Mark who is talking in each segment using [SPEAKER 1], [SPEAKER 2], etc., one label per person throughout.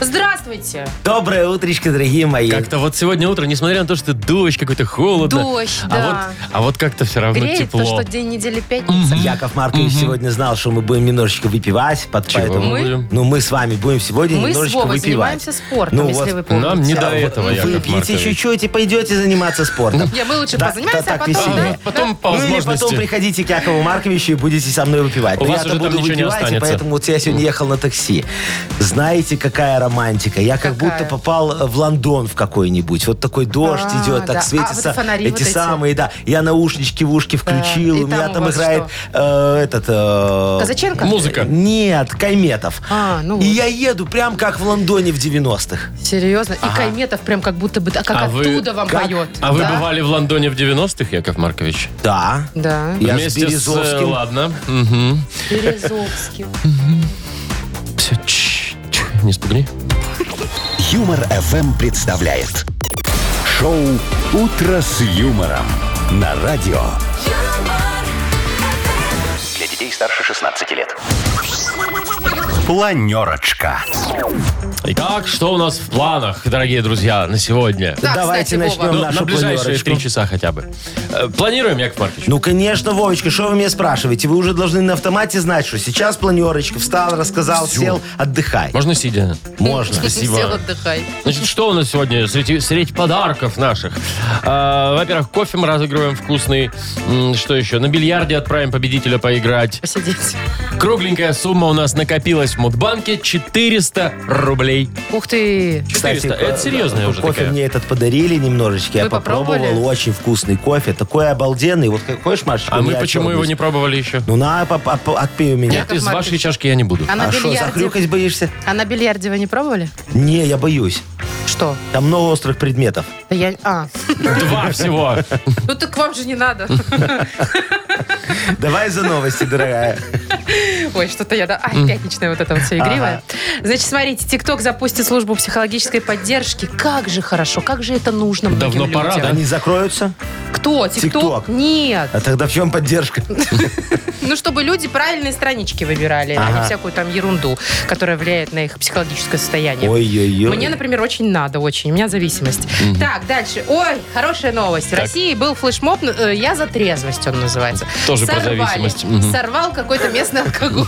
[SPEAKER 1] Здравствуйте.
[SPEAKER 2] Доброе утречко, дорогие мои.
[SPEAKER 3] Как-то вот сегодня утро, несмотря на то, что дождь, какой-то холодно.
[SPEAKER 1] Дождь,
[SPEAKER 3] а
[SPEAKER 1] да.
[SPEAKER 3] Вот, а вот как-то все равно
[SPEAKER 1] Греет
[SPEAKER 3] тепло.
[SPEAKER 1] то, что день недели пятница.
[SPEAKER 2] Яков Маркович сегодня знал, что мы будем немножечко выпивать. под-
[SPEAKER 3] Чего
[SPEAKER 2] поэтому-
[SPEAKER 3] мы будем?
[SPEAKER 2] Ну, мы с вами будем сегодня
[SPEAKER 1] Мы с
[SPEAKER 2] немножечко
[SPEAKER 1] Вовой
[SPEAKER 2] выпивать.
[SPEAKER 1] занимаемся спортом,
[SPEAKER 2] Ну
[SPEAKER 1] если
[SPEAKER 2] вот.
[SPEAKER 1] вы помните.
[SPEAKER 3] Нам не до
[SPEAKER 2] А,
[SPEAKER 3] этого,
[SPEAKER 2] вы
[SPEAKER 3] Яков
[SPEAKER 2] Выпьете
[SPEAKER 3] Маркович.
[SPEAKER 2] чуть-чуть и пойдете заниматься спортом.
[SPEAKER 1] Не, мы лучше
[SPEAKER 2] Да,
[SPEAKER 1] позанимаемся,
[SPEAKER 2] да,
[SPEAKER 1] а
[SPEAKER 2] так
[SPEAKER 1] потом...
[SPEAKER 2] веселее.
[SPEAKER 1] да,
[SPEAKER 3] Потом по
[SPEAKER 2] Ну или потом
[SPEAKER 3] возможности.
[SPEAKER 2] приходите к Якову Марковичу и будете со мной выпивать.
[SPEAKER 3] У
[SPEAKER 2] Но
[SPEAKER 3] вас
[SPEAKER 2] я-то
[SPEAKER 3] уже там
[SPEAKER 2] буду
[SPEAKER 3] ничего не
[SPEAKER 2] выпивать, и
[SPEAKER 3] останется.
[SPEAKER 2] поэтому вот я сегодня ехал на такси. Знаете, какая романтика? Я как
[SPEAKER 1] Какая?
[SPEAKER 2] будто попал в Лондон в какой-нибудь. Вот такой дождь
[SPEAKER 1] А,
[SPEAKER 2] идет, так
[SPEAKER 1] да.
[SPEAKER 2] светится.
[SPEAKER 1] А, вот и фонари
[SPEAKER 2] эти,
[SPEAKER 1] вот эти.
[SPEAKER 2] самые, да. Я наушнички в ушки включил,
[SPEAKER 1] и
[SPEAKER 2] у меня
[SPEAKER 1] там у
[SPEAKER 2] там
[SPEAKER 1] вас
[SPEAKER 2] играет э, этот... э,
[SPEAKER 1] Казаченко?
[SPEAKER 3] Музыка.
[SPEAKER 2] Нет, Кайметов.
[SPEAKER 1] А, ну вот.
[SPEAKER 2] И я еду прям как в Лондоне в 90-х.
[SPEAKER 1] Серьезно? И Кайметов прям как будто бы... А как
[SPEAKER 3] А вы-
[SPEAKER 1] оттуда вам
[SPEAKER 2] как?
[SPEAKER 1] поет?
[SPEAKER 3] А вы
[SPEAKER 1] да?
[SPEAKER 3] бывали в Лондоне в 90-х, Яков Маркович?
[SPEAKER 2] Да.
[SPEAKER 1] Да.
[SPEAKER 2] Я с
[SPEAKER 3] Вместе с... э,
[SPEAKER 2] Березовским.
[SPEAKER 3] Ладно. Мгм.
[SPEAKER 1] Березовский.
[SPEAKER 3] Всё, чш, чш, Не спугни.
[SPEAKER 4] Юмор FM представляет шоу Утро с юмором на радио. Для детей старше 16 лет. Планерочка.
[SPEAKER 3] Итак, что у нас в планах, дорогие друзья, на сегодня?
[SPEAKER 1] Да,
[SPEAKER 2] Давайте
[SPEAKER 1] кстати,
[SPEAKER 2] начнем
[SPEAKER 1] Вова.
[SPEAKER 3] Ну,
[SPEAKER 2] нашу
[SPEAKER 3] на ближайшие
[SPEAKER 2] планерочку.
[SPEAKER 3] три часа хотя бы. Э, Планируем, Яков Маркович?
[SPEAKER 2] Ну, конечно, Вовочка, что вы меня спрашиваете? Вы уже должны на автомате знать, что сейчас планерочка. Встал, рассказал, сел, отдыхай.
[SPEAKER 3] Можно сидя?
[SPEAKER 2] Можно.
[SPEAKER 3] Спасибо.
[SPEAKER 1] Сел, отдыхай.
[SPEAKER 3] Значит, что у нас сегодня среди, среди подарков наших? А, во-первых, кофе мы разыгрываем вкусный. М, Что еще? На бильярде отправим победителя поиграть.
[SPEAKER 1] Посидеть.
[SPEAKER 3] Кругленькая сумма у нас накопилась в Мудбанке. 400 рублей.
[SPEAKER 1] Ух ты.
[SPEAKER 3] 400. Это серьезная уже
[SPEAKER 2] кофе
[SPEAKER 3] такая.
[SPEAKER 2] мне этот подарили немножечко. Я
[SPEAKER 1] Вы
[SPEAKER 2] попробовал.
[SPEAKER 1] попробовали?
[SPEAKER 2] Очень вкусный кофе. Такой обалденный. Вот как хочешь, Машечка?
[SPEAKER 3] А
[SPEAKER 2] у
[SPEAKER 3] мы
[SPEAKER 2] меня
[SPEAKER 3] почему
[SPEAKER 2] черный
[SPEAKER 3] его
[SPEAKER 2] есть?
[SPEAKER 3] не пробовали еще?
[SPEAKER 2] Ну, на, поп- поп- отпей у меня.
[SPEAKER 3] Нет, из
[SPEAKER 1] Маркович.
[SPEAKER 3] вашей чашки я не буду.
[SPEAKER 1] А на
[SPEAKER 2] а что,
[SPEAKER 1] бильярде...
[SPEAKER 2] захрюкать боишься?
[SPEAKER 1] А на бильярде вы не пробовали?
[SPEAKER 2] Не, я боюсь.
[SPEAKER 1] Что?
[SPEAKER 2] Там много острых предметов.
[SPEAKER 1] Да Я... А.
[SPEAKER 3] Два всего.
[SPEAKER 1] Ну так вам же не надо.
[SPEAKER 2] Давай за новости, дорогая.
[SPEAKER 1] Ой, что-то я... да- Ай, пятничная вот это вот все игривое. Значит, смотрите, ТикТок запустит службу психологической поддержки. Как же хорошо, как же это нужно многим
[SPEAKER 3] Давно пора,
[SPEAKER 1] людям.
[SPEAKER 3] да?
[SPEAKER 2] Они закроются?
[SPEAKER 1] Кто? ТикТок?
[SPEAKER 2] TikTok.
[SPEAKER 1] Нет.
[SPEAKER 2] А тогда в чем поддержка?
[SPEAKER 1] Ну, чтобы люди правильные странички выбирали, а не
[SPEAKER 2] Ага.
[SPEAKER 1] всякую там ерунду, которая влияет на их психологическое состояние.
[SPEAKER 2] Ой-ой-ой.
[SPEAKER 1] Мне, например, очень надо, очень. У меня зависимость. Так, дальше. Ой, хорошая новость. В России был флешмоб, э, я за трезвость он называется.
[SPEAKER 3] Тоже про
[SPEAKER 1] Сорвали.
[SPEAKER 3] зависимость. Мгм.
[SPEAKER 1] Сорвал какой-то местный алкоголь.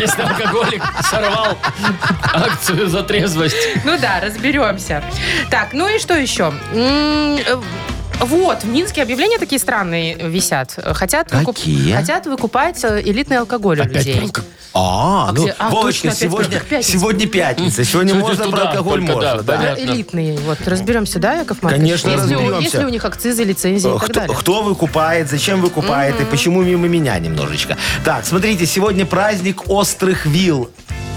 [SPEAKER 3] Если алкоголик сорвал акцию за трезвость.
[SPEAKER 1] Ну да, разберемся. Так, ну и что еще? М, э, Вот, в Минске объявления такие странные висят. Хотят, выкуп-
[SPEAKER 2] Какие?
[SPEAKER 1] хотят выкупать э, элитный алкоголь у людей.
[SPEAKER 2] А,
[SPEAKER 1] А
[SPEAKER 2] ну,
[SPEAKER 1] где- а,
[SPEAKER 2] Вовочка,
[SPEAKER 1] точно, опять
[SPEAKER 2] сегодня,
[SPEAKER 1] как пятница.
[SPEAKER 2] сегодня пятница. Сегодня
[SPEAKER 3] Сегодня
[SPEAKER 2] можно про
[SPEAKER 3] туда
[SPEAKER 2] алкоголь,
[SPEAKER 3] только, да,
[SPEAKER 2] можно, да.
[SPEAKER 3] понятно.
[SPEAKER 1] Элитные. Вот, разберемся, да, Яков Маркович?
[SPEAKER 2] Конечно,
[SPEAKER 1] если, у,
[SPEAKER 2] разберемся.
[SPEAKER 1] если у них акцизы, лицензии и так
[SPEAKER 2] Кто,
[SPEAKER 1] далее.
[SPEAKER 2] кто выкупает, зачем выкупает и почему мимо меня немножечко. Так, смотрите, сегодня праздник острых вил.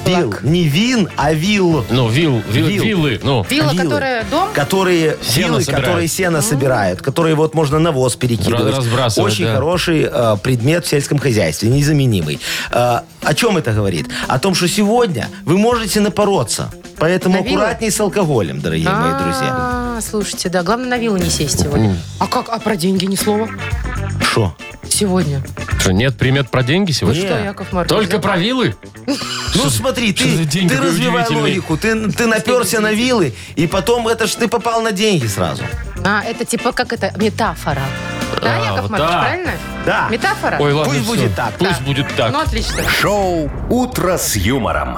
[SPEAKER 2] Вил. Не вин, а вил.
[SPEAKER 3] Ну, вил, вил-
[SPEAKER 2] Вил.
[SPEAKER 3] виллы. Ну,
[SPEAKER 1] Вилла,
[SPEAKER 2] вилы.
[SPEAKER 1] которая дом?
[SPEAKER 2] Которые
[SPEAKER 3] Сено
[SPEAKER 2] вилы,
[SPEAKER 3] собирают.
[SPEAKER 2] которые сено собирают, которые вот можно навоз перекидывать.
[SPEAKER 3] Раз- разбрасывать,
[SPEAKER 2] Очень
[SPEAKER 3] да.
[SPEAKER 2] хороший э, предмет в сельском хозяйстве, незаменимый. Э, о чем это говорит? О том, что сегодня вы можете напороться. Поэтому
[SPEAKER 1] На вилы?
[SPEAKER 2] аккуратней с алкоголем, дорогие мои друзья.
[SPEAKER 1] А, слушайте, да, главное на виллы не сесть сегодня. А как? А про деньги ни слова?
[SPEAKER 2] Шо?
[SPEAKER 1] Сегодня.
[SPEAKER 3] что, нет примет про деньги сегодня?
[SPEAKER 1] Что, Яков Маркович?
[SPEAKER 3] Только про вилы?
[SPEAKER 2] Ну смотри,
[SPEAKER 3] что за
[SPEAKER 2] ты,
[SPEAKER 3] день
[SPEAKER 2] ты
[SPEAKER 3] такой
[SPEAKER 2] развивай
[SPEAKER 3] удивительный?
[SPEAKER 2] логику. Ты, ты наперся на вилы, и потом это ж ты попал на деньги сразу.
[SPEAKER 1] А, это типа как это? Метафора. Да,
[SPEAKER 3] А,
[SPEAKER 1] Яков
[SPEAKER 3] вот
[SPEAKER 1] Маркович,
[SPEAKER 3] так.
[SPEAKER 1] правильно?
[SPEAKER 2] Да.
[SPEAKER 1] Метафора?
[SPEAKER 3] Ой, ладно,
[SPEAKER 2] Пусть
[SPEAKER 3] всё.
[SPEAKER 2] будет так.
[SPEAKER 3] Пусть будет так.
[SPEAKER 1] Ну, отлично.
[SPEAKER 4] Шоу Утро с юмором.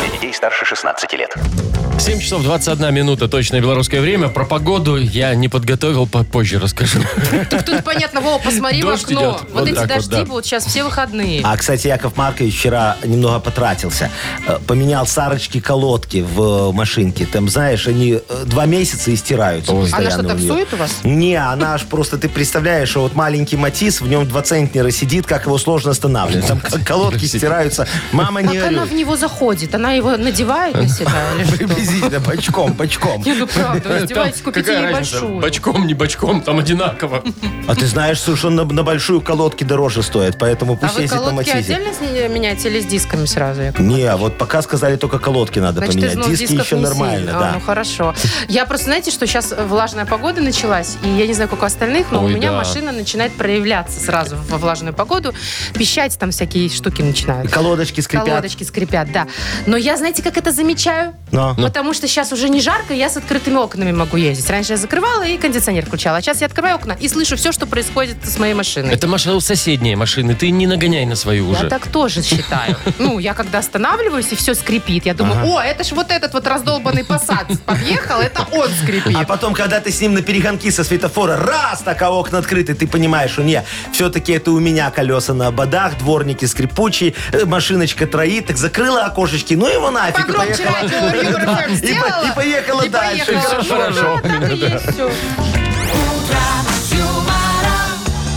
[SPEAKER 4] Для детей старше 16 лет.
[SPEAKER 3] 7 часов 21 минута, точное белорусское время. Про погоду я не подготовил, попозже расскажу.
[SPEAKER 1] Так тут понятно, Вова, посмотри в
[SPEAKER 3] Дождь
[SPEAKER 1] окно.
[SPEAKER 3] идет.
[SPEAKER 1] Вот
[SPEAKER 3] Вот
[SPEAKER 1] эти
[SPEAKER 3] так вот,
[SPEAKER 1] дожди
[SPEAKER 3] да.
[SPEAKER 1] будут сейчас все выходные.
[SPEAKER 2] А, кстати, Яков Маркович вчера немного потратился. Э, Поменял Сарочки колодки в э, машинке. Там, знаешь, они э, два месяца и стираются.
[SPEAKER 1] Она
[SPEAKER 2] постоянно
[SPEAKER 1] что,
[SPEAKER 2] у
[SPEAKER 1] так
[SPEAKER 2] нее.
[SPEAKER 1] сует у вас?
[SPEAKER 2] Не, она аж просто, ты представляешь, что вот маленький Матис, в нем двадцентнера сидит, как его сложно останавливать. Там к- колодки стираются. Мама не
[SPEAKER 1] Как она в
[SPEAKER 2] горюй.
[SPEAKER 1] него заходит? Она его надевает на себя? или что?
[SPEAKER 2] приблизительно, бочком, бочком.
[SPEAKER 1] Не, ну правда, вы издеваетесь,
[SPEAKER 3] Там
[SPEAKER 1] купите
[SPEAKER 3] какая разница,
[SPEAKER 1] небольшую.
[SPEAKER 3] Бочком, не бочком, там одинаково.
[SPEAKER 2] А ты знаешь, слушай, он на, на большую колодки дороже стоит, поэтому
[SPEAKER 1] А
[SPEAKER 2] пусть
[SPEAKER 1] вы
[SPEAKER 2] ездит на
[SPEAKER 1] колодки
[SPEAKER 2] Матизе.
[SPEAKER 1] отдельно с- меняете или с дисками сразу? Яков?
[SPEAKER 2] Не, а вот пока сказали, только колодки надо
[SPEAKER 1] Значит, из
[SPEAKER 2] поменять.
[SPEAKER 1] новых
[SPEAKER 2] Диски
[SPEAKER 1] дисков
[SPEAKER 2] еще
[SPEAKER 1] не
[SPEAKER 2] нормально,
[SPEAKER 1] сильно. А,
[SPEAKER 2] да.
[SPEAKER 1] ну хорошо. Я просто, знаете, что сейчас влажная погода началась, и я не знаю, как у остальных, но
[SPEAKER 3] Ой,
[SPEAKER 1] у меня
[SPEAKER 3] да.
[SPEAKER 1] машина начинает проявляться сразу во влажную погоду. Пищать там всякие штуки начинают.
[SPEAKER 2] Колодочки скрипят.
[SPEAKER 1] Колодочки скрипят, да. Но я, знаете, как это замечаю?
[SPEAKER 2] Но.
[SPEAKER 3] Ну.
[SPEAKER 1] Потому что сейчас уже не жарко, я с открытыми окнами могу ездить. Раньше я закрывала и кондиционер включала. А сейчас я открываю окна и слышу все, что происходит с моей машиной.
[SPEAKER 3] Это машина соседние машины, ты не нагоняй на свою
[SPEAKER 1] Я
[SPEAKER 3] уже.
[SPEAKER 1] так тоже считаю. Ну, я когда останавливаюсь, и все скрипит. Я думаю, о, это ж вот этот вот раздолбанный посад подъехал, это он скрипит.
[SPEAKER 2] А потом, когда ты с ним на перегонки со светофора, раз, так а окна открыты, ты понимаешь, что не, все-таки это у меня колеса на ободах, дворники скрипучие, э, машиночка троит, так закрыла окошечки, ну его нафиг, и
[SPEAKER 1] Погромче
[SPEAKER 2] поехала.
[SPEAKER 1] радио Юмор ФМ
[SPEAKER 2] И по-
[SPEAKER 1] сделала.
[SPEAKER 2] и поехала
[SPEAKER 1] и
[SPEAKER 2] дальше.
[SPEAKER 1] поехала.
[SPEAKER 3] Всё
[SPEAKER 1] Ну
[SPEAKER 3] хорошо.
[SPEAKER 1] да, так и есть всё.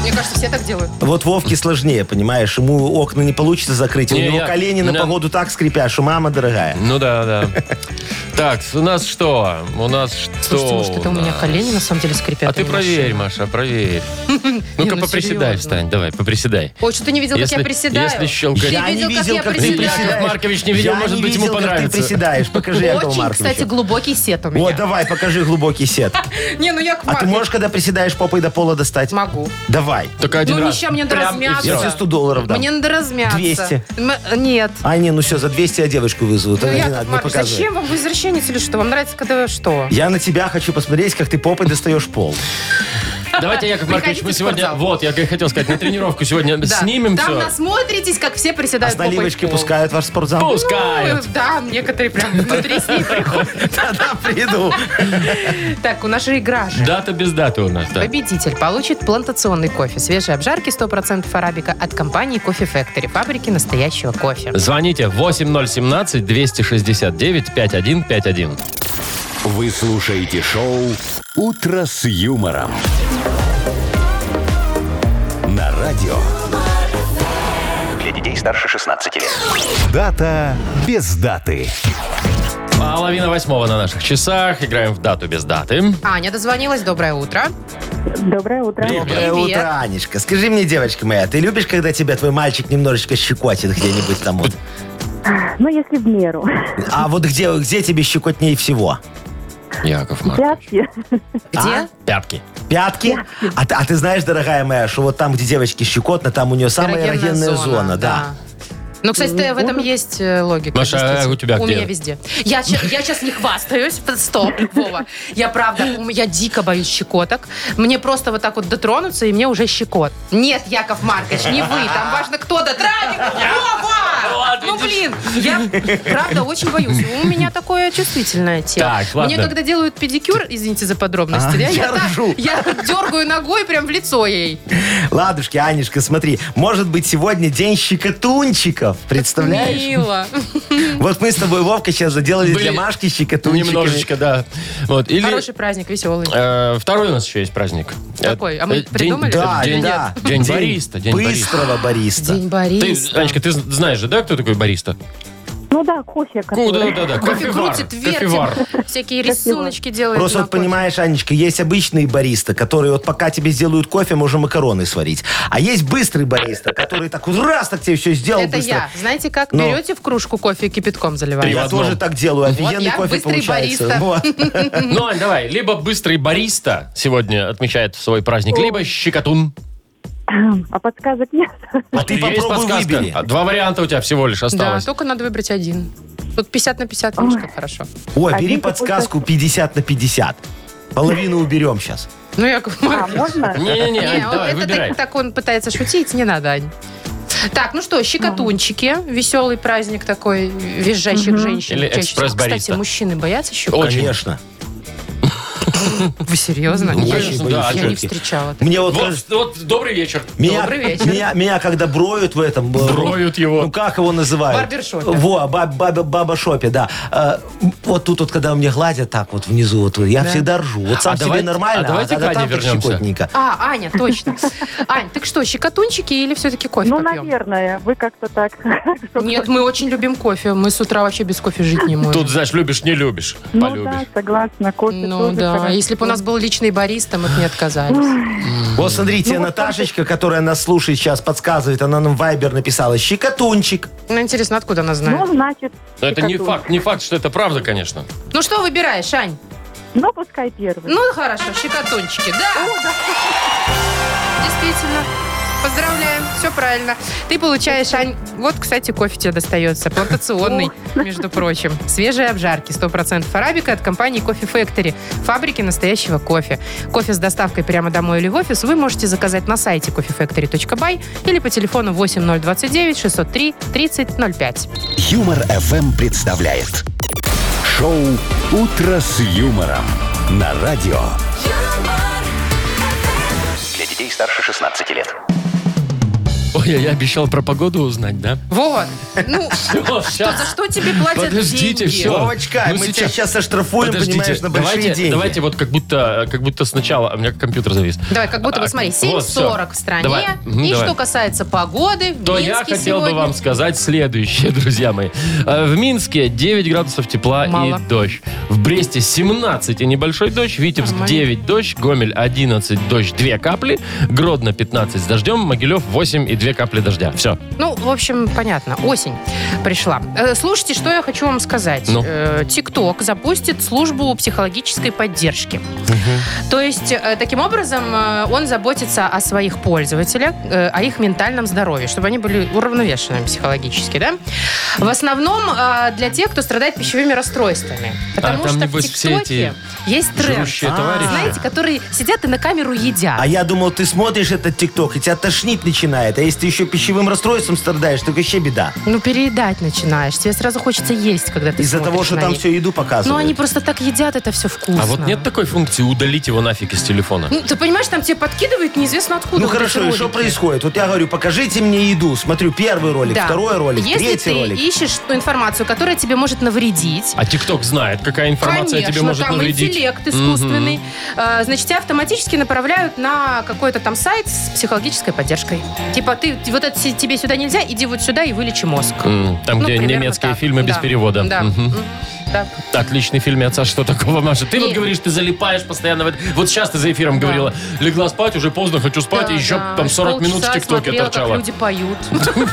[SPEAKER 1] Мне кажется, все так делают.
[SPEAKER 2] Вот Вовке сложнее, понимаешь, ему окна не получится закрыть,
[SPEAKER 3] Не,
[SPEAKER 2] у него
[SPEAKER 3] я-
[SPEAKER 2] колени на
[SPEAKER 3] меня-
[SPEAKER 2] погоду так скрипят, что мама дорогая.
[SPEAKER 3] Ну да, да. Так, у нас что? У нас что?
[SPEAKER 1] Слушайте, может, это у меня
[SPEAKER 3] нас?
[SPEAKER 1] колени на самом деле скрипят.
[SPEAKER 3] А ты
[SPEAKER 1] не
[SPEAKER 3] проверь,
[SPEAKER 1] машина.
[SPEAKER 3] Маша, проверь.
[SPEAKER 1] Не,
[SPEAKER 3] Ну-ка,
[SPEAKER 1] ну,
[SPEAKER 3] поприседай,
[SPEAKER 1] серьезно.
[SPEAKER 3] встань, давай, поприседай.
[SPEAKER 1] Ой, что ты не видел, как я
[SPEAKER 3] Если-
[SPEAKER 1] приседаю?
[SPEAKER 3] если щелкать-
[SPEAKER 1] Ты
[SPEAKER 3] Я
[SPEAKER 1] видел, как я
[SPEAKER 3] ты
[SPEAKER 1] приседаю?
[SPEAKER 3] приседаешь. Маркович не видел,
[SPEAKER 2] Я
[SPEAKER 3] может
[SPEAKER 2] не
[SPEAKER 3] быть, ему
[SPEAKER 2] видел, как
[SPEAKER 3] понравится.
[SPEAKER 2] ты приседаешь, покажи Якову
[SPEAKER 1] Очень, кстати,
[SPEAKER 2] Марковичу.
[SPEAKER 1] глубокий сет у
[SPEAKER 2] О,
[SPEAKER 1] меня.
[SPEAKER 2] давай, покажи глубокий сет.
[SPEAKER 1] Не, ну я к
[SPEAKER 2] А ты можешь, когда приседаешь, попой до пола достать?
[SPEAKER 1] Могу.
[SPEAKER 2] Давай.
[SPEAKER 3] Только один
[SPEAKER 1] Ну,
[SPEAKER 3] раз.
[SPEAKER 1] ничего, мне надо
[SPEAKER 3] Прям и
[SPEAKER 1] размяться.
[SPEAKER 3] всё.
[SPEAKER 2] Я тебе 100 долларов дам.
[SPEAKER 1] Мне надо размяться.
[SPEAKER 2] 200.
[SPEAKER 1] М- нет.
[SPEAKER 2] А, не, ну все, за 200 я девочку вызову.
[SPEAKER 1] Ну,
[SPEAKER 2] Тогда не
[SPEAKER 1] Яков
[SPEAKER 2] надо, не
[SPEAKER 1] Маркович,
[SPEAKER 2] показывай.
[SPEAKER 1] зачем вам вы извращенец или что? Вам нравится, когда что?
[SPEAKER 2] Я на тебя хочу посмотреть, как ты попой достаешь пол.
[SPEAKER 3] Давайте, Яков Маркович,
[SPEAKER 1] Приходите
[SPEAKER 3] мы
[SPEAKER 1] в
[SPEAKER 3] сегодня...
[SPEAKER 1] спортзал.
[SPEAKER 3] Вот, я и хотел сказать, на тренировку сегодня
[SPEAKER 1] Да.
[SPEAKER 3] снимем
[SPEAKER 1] Там
[SPEAKER 3] все.
[SPEAKER 1] насмотритесь, как все
[SPEAKER 2] А
[SPEAKER 1] приседают
[SPEAKER 2] с наливочки
[SPEAKER 1] попой в пол.
[SPEAKER 2] пускают в ваш спортзал?
[SPEAKER 3] Пускают.
[SPEAKER 1] Ну, Да, некоторые прям внутри с ней приходят.
[SPEAKER 2] Тогда приду.
[SPEAKER 1] Так, у нас же игра же.
[SPEAKER 3] Дата без даты у нас, да.
[SPEAKER 1] Победитель получит плантационный кофе свежей обжарки 100% арабика от компании Кофе Factory, фабрики настоящего кофе.
[SPEAKER 3] Звоните 8017-269-5151.
[SPEAKER 4] Вы слушаете шоу «Утро с юмором». На радио.
[SPEAKER 5] Для детей старше 16 лет.
[SPEAKER 4] Дата без даты.
[SPEAKER 3] Половина восьмого на наших часах. Играем в дату без даты.
[SPEAKER 1] Аня дозвонилась, доброе утро.
[SPEAKER 6] Доброе утро.
[SPEAKER 2] Доброе утро, Анечка. Скажи мне, девочка моя, ты любишь, когда тебя твой мальчик немножечко щекотит где-нибудь там? вот?
[SPEAKER 6] Ну, если в меру.
[SPEAKER 2] А вот где, где тебе щекотнее всего?
[SPEAKER 3] Яков Марк.
[SPEAKER 6] Пятки.
[SPEAKER 2] А?
[SPEAKER 1] Где?
[SPEAKER 3] Пятки.
[SPEAKER 2] Пятки? А, ты- а ты знаешь, дорогая моя, что вот там, где девочке щекотно, там у нее самая
[SPEAKER 1] Эрогенная
[SPEAKER 2] эрогенная зона, да.
[SPEAKER 1] Ну, кстати, в этом есть э, логика.
[SPEAKER 3] Маша, а
[SPEAKER 1] действительно.
[SPEAKER 3] у тебя
[SPEAKER 1] У
[SPEAKER 3] где?
[SPEAKER 1] меня везде. Я, сейчас не хвастаюсь. Стоп, Вова. Я правда, ум- я дико боюсь щекоток. Мне просто вот так вот дотронуться, и мне уже щекот. Нет, Яков Маркович, не вы. Там важно, кто дотронется. Вова! Ну, блин, я правда очень боюсь. У меня такое чувствительное тело.
[SPEAKER 3] Так, ладно.
[SPEAKER 1] Мне когда делают педикюр, извините за подробности,
[SPEAKER 2] А,
[SPEAKER 1] да, я,
[SPEAKER 2] я
[SPEAKER 1] так-
[SPEAKER 2] ржу.
[SPEAKER 1] я дергаю ногой прям в лицо ей.
[SPEAKER 2] Ладушки, Анечка, смотри, может быть, сегодня день щекотунчиков, представляешь?
[SPEAKER 1] Мило.
[SPEAKER 2] Вот мы с тобой, Вовка, сейчас заделали
[SPEAKER 3] Были
[SPEAKER 2] для Машки щекотунчиками.
[SPEAKER 3] Немножечко, да. Вот. Или
[SPEAKER 1] Хороший праздник, веселый.
[SPEAKER 3] э, второй у нас еще есть праздник.
[SPEAKER 1] Какой? А мы
[SPEAKER 3] Э, день-
[SPEAKER 1] придумали?
[SPEAKER 2] Да,
[SPEAKER 3] день,
[SPEAKER 2] да.
[SPEAKER 3] нет, день бариста. День бариста.
[SPEAKER 2] быстрого бариста.
[SPEAKER 1] День
[SPEAKER 3] Ты,
[SPEAKER 1] Бориса.
[SPEAKER 3] Анечка, ты знаешь же, да, кто такой бариста?
[SPEAKER 6] Ну да, кофе.
[SPEAKER 3] Куда,
[SPEAKER 6] который.
[SPEAKER 3] да, да,
[SPEAKER 1] Кофе
[SPEAKER 3] кофевар.
[SPEAKER 1] крутит,
[SPEAKER 3] кофевар.
[SPEAKER 1] вертит, всякие рисуночки делает.
[SPEAKER 2] Просто
[SPEAKER 1] на
[SPEAKER 2] вот
[SPEAKER 1] кофе.
[SPEAKER 2] понимаешь, Анечка, есть обычные бариста, которые вот пока тебе сделают кофе, можно макароны сварить. А есть быстрый бариста, который так вот раз так тебе все сделал
[SPEAKER 1] Это
[SPEAKER 2] быстро.
[SPEAKER 1] я. Знаете как?
[SPEAKER 2] Ну.
[SPEAKER 1] Берете в кружку кофе и кипятком
[SPEAKER 2] Я,
[SPEAKER 3] Три в
[SPEAKER 1] заливаете.
[SPEAKER 3] одном.
[SPEAKER 2] тоже так делаю, офигенный
[SPEAKER 1] я
[SPEAKER 2] кофе
[SPEAKER 1] быстрый
[SPEAKER 2] получается.
[SPEAKER 1] бариста.
[SPEAKER 2] Вот.
[SPEAKER 3] Ну, Ань, давай. Либо быстрый бариста сегодня отмечает свой праздник, либо щекотун.
[SPEAKER 6] А подсказок нет.
[SPEAKER 2] А ты
[SPEAKER 3] Есть
[SPEAKER 2] попробуй
[SPEAKER 3] подсказка?
[SPEAKER 2] выбери.
[SPEAKER 3] А, Два варианта у тебя всего лишь
[SPEAKER 1] Да,
[SPEAKER 3] осталось.
[SPEAKER 1] только надо выбрать один. Тут 50 на 50, Мишка, хорошо.
[SPEAKER 2] О, бери
[SPEAKER 6] Один
[SPEAKER 2] подсказку 50 на 50. Половину уберем сейчас.
[SPEAKER 1] Ну, я как
[SPEAKER 6] А, можно?
[SPEAKER 3] Не-не-не, Ань,
[SPEAKER 1] Не, вот
[SPEAKER 3] давай,
[SPEAKER 1] это
[SPEAKER 3] выбирай.
[SPEAKER 1] так, так он пытается шутить, не надо, Ань. Так, ну что, щекотунчики, веселый праздник такой визжащих женщин.
[SPEAKER 3] Или
[SPEAKER 1] чаще всего.
[SPEAKER 3] экспресс-бариста.
[SPEAKER 1] Кстати, мужчины боятся щекотунчиков.
[SPEAKER 3] Очень.
[SPEAKER 2] Конечно.
[SPEAKER 1] Вы серьезно?
[SPEAKER 3] Ну,
[SPEAKER 1] Я-
[SPEAKER 3] конечно, да, а
[SPEAKER 1] Я
[SPEAKER 3] чё
[SPEAKER 1] не
[SPEAKER 3] ты?
[SPEAKER 1] встречала. таких.
[SPEAKER 2] Мне вот,
[SPEAKER 3] Вот,
[SPEAKER 2] кажется,
[SPEAKER 3] вот, добрый вечер.
[SPEAKER 2] меня,
[SPEAKER 1] добрый вечер.
[SPEAKER 2] Меня, меня когда броют в этом... э,
[SPEAKER 3] Броют его.
[SPEAKER 2] Ну, как его называют?
[SPEAKER 1] Барбершопе.
[SPEAKER 2] Во, ба- баба- баба-шопе, да. Э, вот тут вот, когда мне гладят так вот внизу, вот, я всегда ржу. Вот сам
[SPEAKER 3] А
[SPEAKER 2] себе
[SPEAKER 3] давайте-
[SPEAKER 2] нормально,
[SPEAKER 3] а давайте
[SPEAKER 2] когда
[SPEAKER 3] к
[SPEAKER 2] там
[SPEAKER 3] Ане
[SPEAKER 2] так
[SPEAKER 3] вернемся.
[SPEAKER 2] щекотненько.
[SPEAKER 1] А, Аня, точно. Ань, так что, щекотунчики или все-таки кофе
[SPEAKER 6] Ну,
[SPEAKER 1] попьем?
[SPEAKER 6] наверное, вы как-то так. Ну
[SPEAKER 1] Нет, мы очень любим кофе. Мы с утра вообще без кофе жить не можем.
[SPEAKER 3] Тут, знаешь, любишь, не любишь.
[SPEAKER 6] Ну да,
[SPEAKER 3] Полюбишь.
[SPEAKER 6] согласна, кофе
[SPEAKER 1] ну
[SPEAKER 6] тоже
[SPEAKER 1] да,
[SPEAKER 6] хорошо.
[SPEAKER 1] если бы у нас был личный бариста, мы бы не отказались.
[SPEAKER 2] Вот смотрите,
[SPEAKER 1] Ну,
[SPEAKER 2] Наташечка, которая нас слушает сейчас, подсказывает, она нам в Вайбер написала «щекотунчик».
[SPEAKER 1] Ну, интересно, откуда она
[SPEAKER 6] Ну,
[SPEAKER 1] знает?
[SPEAKER 6] значит,
[SPEAKER 3] Но это не
[SPEAKER 6] щекотун.
[SPEAKER 3] факт, не факт, что это правда, конечно.
[SPEAKER 1] Ну, что выбираешь, Ань?
[SPEAKER 6] Ну, пускай первый.
[SPEAKER 1] Ну, хорошо, щекотунчики, да. Действительно. Поздравляем, все правильно. Ты получаешь, Ань, вот, кстати, кофе тебе достается, плантационный, между прочим. Свежие обжарки, 100% арабика от компании Кофе Factory, фабрики настоящего кофе. Кофе с доставкой прямо домой или в офис вы можете заказать на сайте coffeefactory.by или по телефону 8029 603 3005.
[SPEAKER 4] Юмор FM представляет шоу Утро с юмором на радио.
[SPEAKER 5] Для детей старше 16 лет.
[SPEAKER 3] Ой, я, я обещал про погоду узнать, да?
[SPEAKER 1] Вот. Ну,
[SPEAKER 3] Всё,
[SPEAKER 1] что, за
[SPEAKER 3] щас.
[SPEAKER 1] что тебе платят
[SPEAKER 3] Подождите,
[SPEAKER 1] деньги?
[SPEAKER 3] всё.
[SPEAKER 2] Вовочка,
[SPEAKER 3] Ну,
[SPEAKER 2] мы тебя
[SPEAKER 3] сейчас-
[SPEAKER 2] сейчас оштрафуем, понимаешь, на большие
[SPEAKER 3] давайте,
[SPEAKER 2] деньги.
[SPEAKER 3] давайте вот как будто, как будто сначала, а у меня компьютер завис.
[SPEAKER 1] Давай, как будто бы,
[SPEAKER 3] А,
[SPEAKER 1] смотри,
[SPEAKER 3] вот,
[SPEAKER 1] 7.40
[SPEAKER 3] всё.
[SPEAKER 1] в стране.
[SPEAKER 3] Давай. Мгм,
[SPEAKER 1] И
[SPEAKER 3] давай.
[SPEAKER 1] что касается погоды, в
[SPEAKER 3] то
[SPEAKER 1] Минске
[SPEAKER 3] я хотел
[SPEAKER 1] сегодня...
[SPEAKER 3] бы вам сказать следующее, друзья мои. Э, В Минске 9 градусов тепла
[SPEAKER 1] Мало.
[SPEAKER 3] и дождь. В Бресте 17 и небольшой дождь. Витебск
[SPEAKER 1] Нормально.
[SPEAKER 3] 9 дождь. Гомель 11 дождь, 2 капли. Гродно 15 с дождем. Могилев 8 и 2 капли дождя. Все.
[SPEAKER 1] Ну, в общем, понятно, осень пришла. Э, Слушайте, что я хочу вам сказать.
[SPEAKER 3] Ну.
[SPEAKER 1] Э, ТикТок запустит службу психологической поддержки. То есть, э, таким образом, э, он заботится о своих пользователях, э, о их ментальном здоровье, чтобы они были уравновешенными психологически, да? В основном э, для тех, кто страдает пищевыми расстройствами. Потому
[SPEAKER 3] А там,
[SPEAKER 1] что в
[SPEAKER 3] небось, все эти
[SPEAKER 1] ТикТоке есть тренд.
[SPEAKER 3] жрущие
[SPEAKER 2] А,
[SPEAKER 3] товарищи.
[SPEAKER 1] Знаете, которые сидят и на камеру едят.
[SPEAKER 2] А я думал, ты смотришь этот ТикТок, и тебя тошнить начинает. А если ты еще пищевым расстройством страдаешь, так вообще беда.
[SPEAKER 1] Ну, переедать начинаешь. Тебе сразу хочется есть, когда ты
[SPEAKER 2] Из-за
[SPEAKER 1] смотришь
[SPEAKER 2] того, что
[SPEAKER 1] на
[SPEAKER 2] там
[SPEAKER 1] них.
[SPEAKER 2] всю еду показывают.
[SPEAKER 1] Ну, они просто так едят, это все вкусно.
[SPEAKER 3] А вот нет такой функции удалить его нафиг из телефона.
[SPEAKER 1] Ну, ты понимаешь, там тебе подкидывают неизвестно откуда.
[SPEAKER 2] Ну
[SPEAKER 1] вот эти
[SPEAKER 2] хорошо, и что
[SPEAKER 1] ролики.
[SPEAKER 2] происходит? Вот я говорю, покажите мне еду. Смотрю первый ролик,
[SPEAKER 1] Да.
[SPEAKER 2] второй ролик,
[SPEAKER 1] Если
[SPEAKER 2] третий
[SPEAKER 1] ты
[SPEAKER 2] ролик.
[SPEAKER 1] ищешь ту информацию, которая тебе может навредить,
[SPEAKER 3] А ТикТок знает, какая информация
[SPEAKER 1] Конечно,
[SPEAKER 3] тебе может
[SPEAKER 1] там
[SPEAKER 3] навредить.
[SPEAKER 1] интеллект искусственный. Э, Значит, тебя автоматически направляют на какой-то там сайт с психологической поддержкой. Типа, ты вот это си- тебе сюда нельзя, иди вот сюда и вылечи мозг.
[SPEAKER 3] М, Там,
[SPEAKER 1] Ну,
[SPEAKER 3] где
[SPEAKER 1] примерно
[SPEAKER 3] немецкие
[SPEAKER 1] так.
[SPEAKER 3] фильмы без
[SPEAKER 1] Да.
[SPEAKER 3] перевода.
[SPEAKER 1] Да.
[SPEAKER 3] Мгм.
[SPEAKER 1] М, да.
[SPEAKER 3] Отличный фильмец, а что такого, Маша? Ты вот
[SPEAKER 1] Не.
[SPEAKER 3] говоришь, ты залипаешь постоянно. в это. Вот сейчас ты за эфиром
[SPEAKER 1] Да.
[SPEAKER 3] говорила, легла спать, уже поздно, хочу спать,
[SPEAKER 1] Да,
[SPEAKER 3] и еще
[SPEAKER 1] да.
[SPEAKER 3] там 40 минут в
[SPEAKER 1] Полчаса
[SPEAKER 3] ТикТоке
[SPEAKER 1] смотрела,
[SPEAKER 3] торчала.
[SPEAKER 1] как люди поют.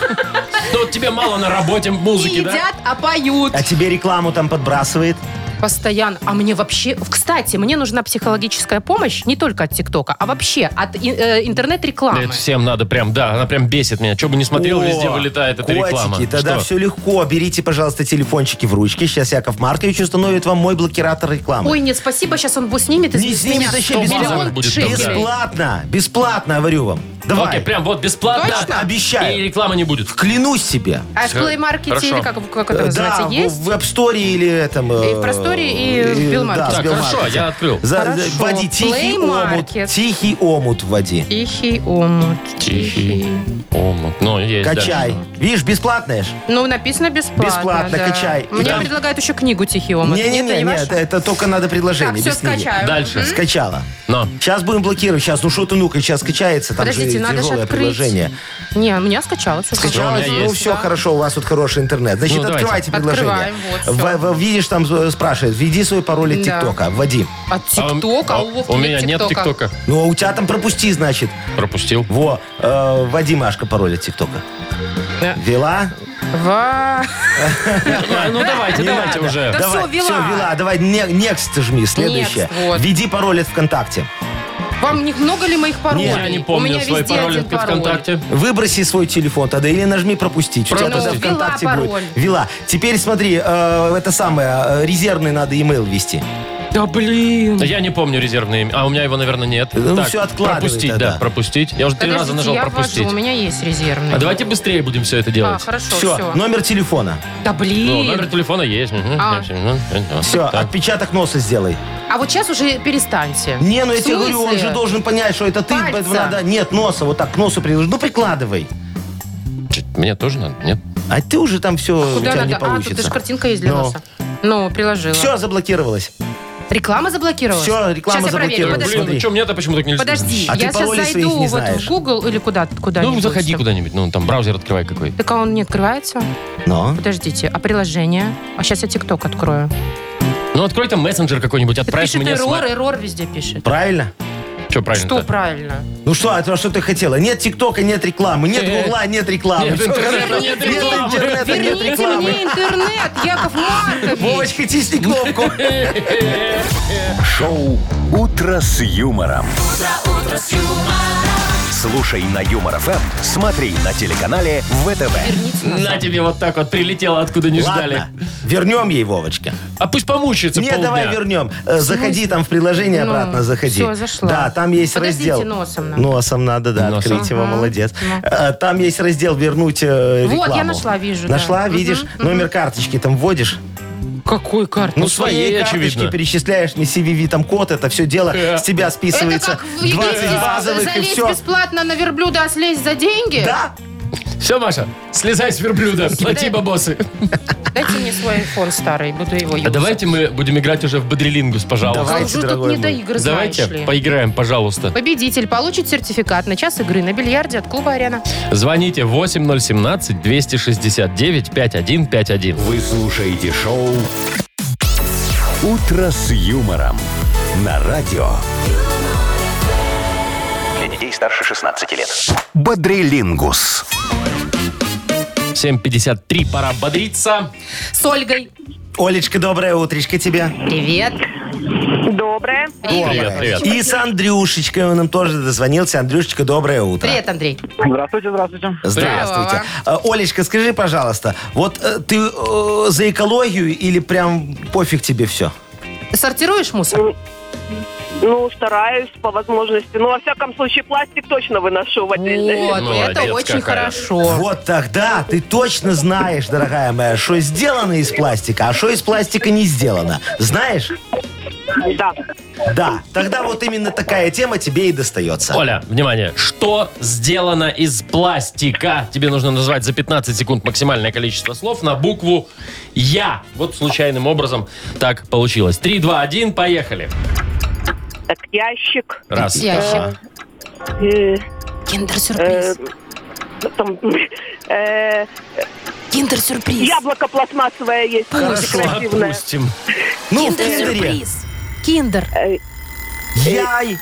[SPEAKER 3] Ну вот тебе мало на работе
[SPEAKER 1] Не
[SPEAKER 3] музыки, да?
[SPEAKER 1] едят, а поют.
[SPEAKER 2] А тебе рекламу там подбрасывает.
[SPEAKER 1] Постоянно. А мне вообще... Кстати, мне нужна психологическая помощь не только от ТикТока, а вообще от и- э,
[SPEAKER 3] Да
[SPEAKER 1] интернет-рекламы.
[SPEAKER 3] Это всем надо прям, да, она прям бесит меня. Что бы не смотрел,
[SPEAKER 2] О,
[SPEAKER 3] везде вылетает эта
[SPEAKER 2] котики,
[SPEAKER 3] реклама.
[SPEAKER 2] тогда
[SPEAKER 3] Что?
[SPEAKER 2] все легко. Берите, пожалуйста, телефончики в ручки. Сейчас Яков Маркович установит вам мой блокиратор рекламы.
[SPEAKER 1] Ой, нет, спасибо, сейчас он бу- снимет из
[SPEAKER 2] Не
[SPEAKER 1] из
[SPEAKER 2] снимет,
[SPEAKER 1] меня
[SPEAKER 2] зачем?
[SPEAKER 1] 100 миллион
[SPEAKER 3] Бесплатно будет тогда.
[SPEAKER 1] шекелей.
[SPEAKER 2] Бесплатно, бесплатно, говорю вам. Давай,
[SPEAKER 3] Окей, прям вот бесплатно.
[SPEAKER 2] Точно? Обещаю.
[SPEAKER 3] И рекламы не будет.
[SPEAKER 2] клянусь себе.
[SPEAKER 1] А в
[SPEAKER 3] Всё,
[SPEAKER 1] Play Market
[SPEAKER 3] хорошо.
[SPEAKER 1] или как, как это
[SPEAKER 2] Э,
[SPEAKER 1] называется,
[SPEAKER 2] да, в-
[SPEAKER 1] есть?
[SPEAKER 2] в App Store или этом... э,
[SPEAKER 1] И в просторе, и в Билмаркете.
[SPEAKER 3] Так, хорошо, я открыл.
[SPEAKER 2] За,
[SPEAKER 1] Хорошо.
[SPEAKER 2] за- вводи тихий
[SPEAKER 1] Play Market.
[SPEAKER 2] омут. Тихий омут вводи.
[SPEAKER 1] Тихий омут.
[SPEAKER 3] Тихий омут. Ну, есть, да.
[SPEAKER 2] Качай. Видишь, бесплатное ж.
[SPEAKER 1] Ну, написано бесплатно.
[SPEAKER 2] Бесплатно,
[SPEAKER 1] да.
[SPEAKER 2] качай. И
[SPEAKER 1] Мне
[SPEAKER 2] там-
[SPEAKER 1] предлагают еще книгу «Тихий омут».
[SPEAKER 2] Не-не-не,
[SPEAKER 1] Это не
[SPEAKER 2] нет,
[SPEAKER 1] ваше?
[SPEAKER 2] это только надо
[SPEAKER 1] Так,
[SPEAKER 2] предложение.
[SPEAKER 1] все,
[SPEAKER 2] без книги.
[SPEAKER 1] скачаю.
[SPEAKER 3] Дальше.
[SPEAKER 2] Скачала.
[SPEAKER 3] Но.
[SPEAKER 2] Сейчас будем блокировать. Сейчас, ну что ты, ну-ка, сейчас скачается. Там
[SPEAKER 1] Подождите,
[SPEAKER 2] же
[SPEAKER 1] надо же
[SPEAKER 2] тяжелое
[SPEAKER 1] открыть.
[SPEAKER 2] приложение.
[SPEAKER 1] Не, у меня скачало все.
[SPEAKER 3] Скачалось?
[SPEAKER 2] Скачалось?
[SPEAKER 3] меня
[SPEAKER 2] Ну
[SPEAKER 3] есть.
[SPEAKER 2] все, хорошо, у вас тут хороший интернет. Значит,
[SPEAKER 3] Ну, давайте.
[SPEAKER 2] открывайте предложение.
[SPEAKER 1] Открываем, вот, всё.
[SPEAKER 2] В- в- видишь, там э, спрашивает, введи свой пароль от
[SPEAKER 1] Да.
[SPEAKER 2] ТикТока, вводи.
[SPEAKER 1] От
[SPEAKER 3] А,
[SPEAKER 1] ТикТока,
[SPEAKER 3] а,
[SPEAKER 1] у Вовки
[SPEAKER 3] У меня нет ТикТока.
[SPEAKER 2] Ну, а у тебя там пропусти, значит.
[SPEAKER 3] Пропустил.
[SPEAKER 1] Ну,
[SPEAKER 2] Во, э, вводи, Машка, пароль от ТикТока.
[SPEAKER 1] Да.
[SPEAKER 2] Вела?
[SPEAKER 1] Ва.
[SPEAKER 3] Ну, давайте, давайте уже.
[SPEAKER 1] Да всё, ввела.
[SPEAKER 2] Все, вела. Давай, не- next жми, следующее.
[SPEAKER 1] Next, вот.
[SPEAKER 2] Введи пароль от ВКонтакте.
[SPEAKER 1] Вам не много ли моих паролей?
[SPEAKER 3] Я не помню
[SPEAKER 1] У меня
[SPEAKER 3] свой
[SPEAKER 1] везде
[SPEAKER 3] пароль
[SPEAKER 1] один
[SPEAKER 3] от
[SPEAKER 1] пароль.
[SPEAKER 3] ВКонтакте.
[SPEAKER 2] Выброси свой телефон тогда или нажми пропустить. У тебя тогда
[SPEAKER 1] Пропустить. Ввела
[SPEAKER 2] ВКонтакте
[SPEAKER 1] ну, пароль.
[SPEAKER 2] будет. Вела. Теперь смотри, э, это самое, э, резервный надо имейл ввести.
[SPEAKER 1] Да блин.
[SPEAKER 3] Я не помню резервное имя. А у меня его, наверное, нет.
[SPEAKER 2] Ну, всё откладывай
[SPEAKER 3] пропустить,
[SPEAKER 2] тогда.
[SPEAKER 3] да, пропустить. Я уже три раза
[SPEAKER 1] Подождите,
[SPEAKER 3] нажал
[SPEAKER 1] я
[SPEAKER 3] пропустить.
[SPEAKER 1] ввожу, у меня есть резервный.
[SPEAKER 3] А давайте быстрее будем все это
[SPEAKER 1] А,
[SPEAKER 3] делать.
[SPEAKER 1] хорошо, все.
[SPEAKER 2] Все, номер телефона.
[SPEAKER 1] Да
[SPEAKER 3] Ну, номер
[SPEAKER 1] блин.
[SPEAKER 3] телефона есть. мгм.
[SPEAKER 1] А.
[SPEAKER 3] Ну, ну,
[SPEAKER 2] Все,
[SPEAKER 3] так.
[SPEAKER 2] отпечаток носа сделай.
[SPEAKER 1] А вот сейчас уже перестаньте.
[SPEAKER 2] Не, ну я
[SPEAKER 1] В
[SPEAKER 2] тебе говорю, он
[SPEAKER 1] смысле?
[SPEAKER 2] же должен понять, что это ты,
[SPEAKER 1] Пальца.
[SPEAKER 2] поэтому надо... Нет, носа, вот так к носу приложи. Ну, прикладывай.
[SPEAKER 3] Чё, Мне тоже надо, нет?
[SPEAKER 2] А ты уже там все, у
[SPEAKER 1] Куда
[SPEAKER 2] тебя не
[SPEAKER 1] надо? А, тут
[SPEAKER 2] получится.
[SPEAKER 1] даже картинка есть для
[SPEAKER 2] Ну.
[SPEAKER 1] носа. Ну, приложила.
[SPEAKER 2] Все, заблокировалось.
[SPEAKER 1] Реклама заблокировалась?
[SPEAKER 2] Всё, реклама
[SPEAKER 1] Сейчас я проверю,
[SPEAKER 2] заблокировалась.
[SPEAKER 1] подожди.
[SPEAKER 3] Блин, ну
[SPEAKER 2] смотри.
[SPEAKER 3] что, мне-то почему так нельзя?
[SPEAKER 1] Подожди,
[SPEAKER 2] А ты
[SPEAKER 1] я сейчас
[SPEAKER 2] паролей своих
[SPEAKER 1] зайду
[SPEAKER 2] не
[SPEAKER 1] вот
[SPEAKER 2] знаешь.
[SPEAKER 1] в Google или куда куда
[SPEAKER 3] Ну, заходи куда-нибудь, ну, там, браузер открывай какой.
[SPEAKER 1] Так а он не открывается?
[SPEAKER 2] Но.
[SPEAKER 1] Подождите, а приложение? А сейчас я ТикТок открою.
[SPEAKER 3] Ну, открой там мессенджер какой-нибудь,
[SPEAKER 1] Это
[SPEAKER 3] отправь
[SPEAKER 1] пишет
[SPEAKER 3] мне...
[SPEAKER 1] эррор, эррор везде пишет.
[SPEAKER 2] Правильно?
[SPEAKER 3] Что правильно
[SPEAKER 1] Что правильно?
[SPEAKER 2] Ну что, а то, что ты хотела? Нет ТикТока, нет рекламы, нет
[SPEAKER 3] Э.
[SPEAKER 2] Гугла, нет рекламы.
[SPEAKER 3] Нет
[SPEAKER 2] Всё,
[SPEAKER 3] интернета,
[SPEAKER 2] хорошо.
[SPEAKER 3] нет рекламы.
[SPEAKER 2] интернета, нет
[SPEAKER 1] Верните мне
[SPEAKER 2] рекламы.
[SPEAKER 1] интернет, Яков Маркович!
[SPEAKER 2] Вовочка, тисни кнопку.
[SPEAKER 4] Шоу «Утро с юмором». Слушай на Юмор ФМ, смотри на телеканале ВТВ.
[SPEAKER 1] Верните назад.
[SPEAKER 3] На тебе вот так вот прилетело, откуда не ждали.
[SPEAKER 2] Ладно, вернем ей, Вовочка.
[SPEAKER 3] А пусть помучается
[SPEAKER 2] Нет,
[SPEAKER 3] полдня.
[SPEAKER 2] давай вернем. Э, Заходи там в приложение
[SPEAKER 1] Ну,
[SPEAKER 2] обратно, заходи.
[SPEAKER 1] всё, зашла.
[SPEAKER 2] Да, там есть
[SPEAKER 1] Подождите,
[SPEAKER 2] раздел.
[SPEAKER 1] носом надо.
[SPEAKER 2] Носом надо, да,
[SPEAKER 3] Носом.
[SPEAKER 2] открыть его,
[SPEAKER 1] Ага.
[SPEAKER 2] молодец.
[SPEAKER 1] Ну.
[SPEAKER 2] Э, Там есть раздел вернуть э,
[SPEAKER 1] Вот, я
[SPEAKER 2] рекламу.
[SPEAKER 1] нашла, вижу, да.
[SPEAKER 2] Нашла,
[SPEAKER 1] Мгм,
[SPEAKER 2] видишь,
[SPEAKER 1] мгм.
[SPEAKER 2] номер карточки там вводишь.
[SPEAKER 1] Какой карты?
[SPEAKER 3] Ну, своей, очевидно.
[SPEAKER 2] карточки перечисляешь, не CVV, там код, это все дело
[SPEAKER 3] Э.
[SPEAKER 2] с тебя
[SPEAKER 1] Это
[SPEAKER 2] списывается.
[SPEAKER 1] как в
[SPEAKER 2] 20
[SPEAKER 1] Египте
[SPEAKER 2] базовых и
[SPEAKER 1] залезть
[SPEAKER 2] все.
[SPEAKER 1] бесплатно на верблюда, а слезть за деньги?
[SPEAKER 2] Да,
[SPEAKER 3] Все, Маша, слезай с верблюда, плати бабосы.
[SPEAKER 1] Дайте мне свой iPhone старый, буду его
[SPEAKER 3] А
[SPEAKER 1] юзать.
[SPEAKER 3] давайте мы будем играть уже в бодрелингус, пожалуйста.
[SPEAKER 1] А
[SPEAKER 2] Давайте,
[SPEAKER 1] уже тут
[SPEAKER 2] дорогой
[SPEAKER 1] не до
[SPEAKER 2] мой.
[SPEAKER 1] игр, знаешь
[SPEAKER 3] Давайте
[SPEAKER 1] ли.
[SPEAKER 3] поиграем, пожалуйста.
[SPEAKER 1] Победитель получит сертификат на час игры на бильярде от клуба «Арена».
[SPEAKER 3] Звоните 8017-269-5151.
[SPEAKER 4] Вы слушаете шоу «Утро с юмором» на радио
[SPEAKER 5] Для детей старше 16 лет.
[SPEAKER 4] «Бодрилингус».
[SPEAKER 3] 7.53, пора бодриться.
[SPEAKER 1] С Ольгой.
[SPEAKER 2] Олечка, доброе утречко тебе.
[SPEAKER 1] Привет. Ну.
[SPEAKER 6] Доброе.
[SPEAKER 3] Привет, привет.
[SPEAKER 2] И с Андрюшечкой он нам тоже дозвонился. Андрюшечка, доброе утро.
[SPEAKER 1] Привет, Андрей.
[SPEAKER 7] Здравствуйте, здравствуйте.
[SPEAKER 2] Здравствуйте. Э, Олечка, скажи, пожалуйста, вот э, ты э, за экологию или прям пофиг тебе все?
[SPEAKER 1] Сортируешь мусор?
[SPEAKER 8] Ну, стараюсь по возможности. Ну, во всяком случае, пластик точно выношу в
[SPEAKER 1] Вот,
[SPEAKER 8] отдельный.
[SPEAKER 3] Молодец
[SPEAKER 1] это очень
[SPEAKER 3] какая.
[SPEAKER 1] хорошо.
[SPEAKER 2] Вот тогда ты точно знаешь, дорогая моя, что сделано из пластика, а что из пластика не сделано. Знаешь?
[SPEAKER 8] Да.
[SPEAKER 2] Да. Тогда вот именно такая тема тебе и достается.
[SPEAKER 3] Оля, внимание. Что сделано из пластика? Тебе нужно назвать за 15 секунд максимальное количество слов на букву Я. Вот случайным образом так получилось. 3, 2, 1, поехали.
[SPEAKER 8] Так, ящик.
[SPEAKER 3] Раз.
[SPEAKER 1] Ящик.
[SPEAKER 8] э, э,
[SPEAKER 1] Киндер-сюрприз.
[SPEAKER 8] там, э,
[SPEAKER 1] Киндер-сюрприз.
[SPEAKER 8] яблоко пластмассовое есть. тоже
[SPEAKER 3] Хорошо,
[SPEAKER 8] красивое.
[SPEAKER 3] отпустим.
[SPEAKER 2] Ну, в киндере.
[SPEAKER 1] Киндер-сюрприз. Киндер.
[SPEAKER 8] Э,
[SPEAKER 2] Яй.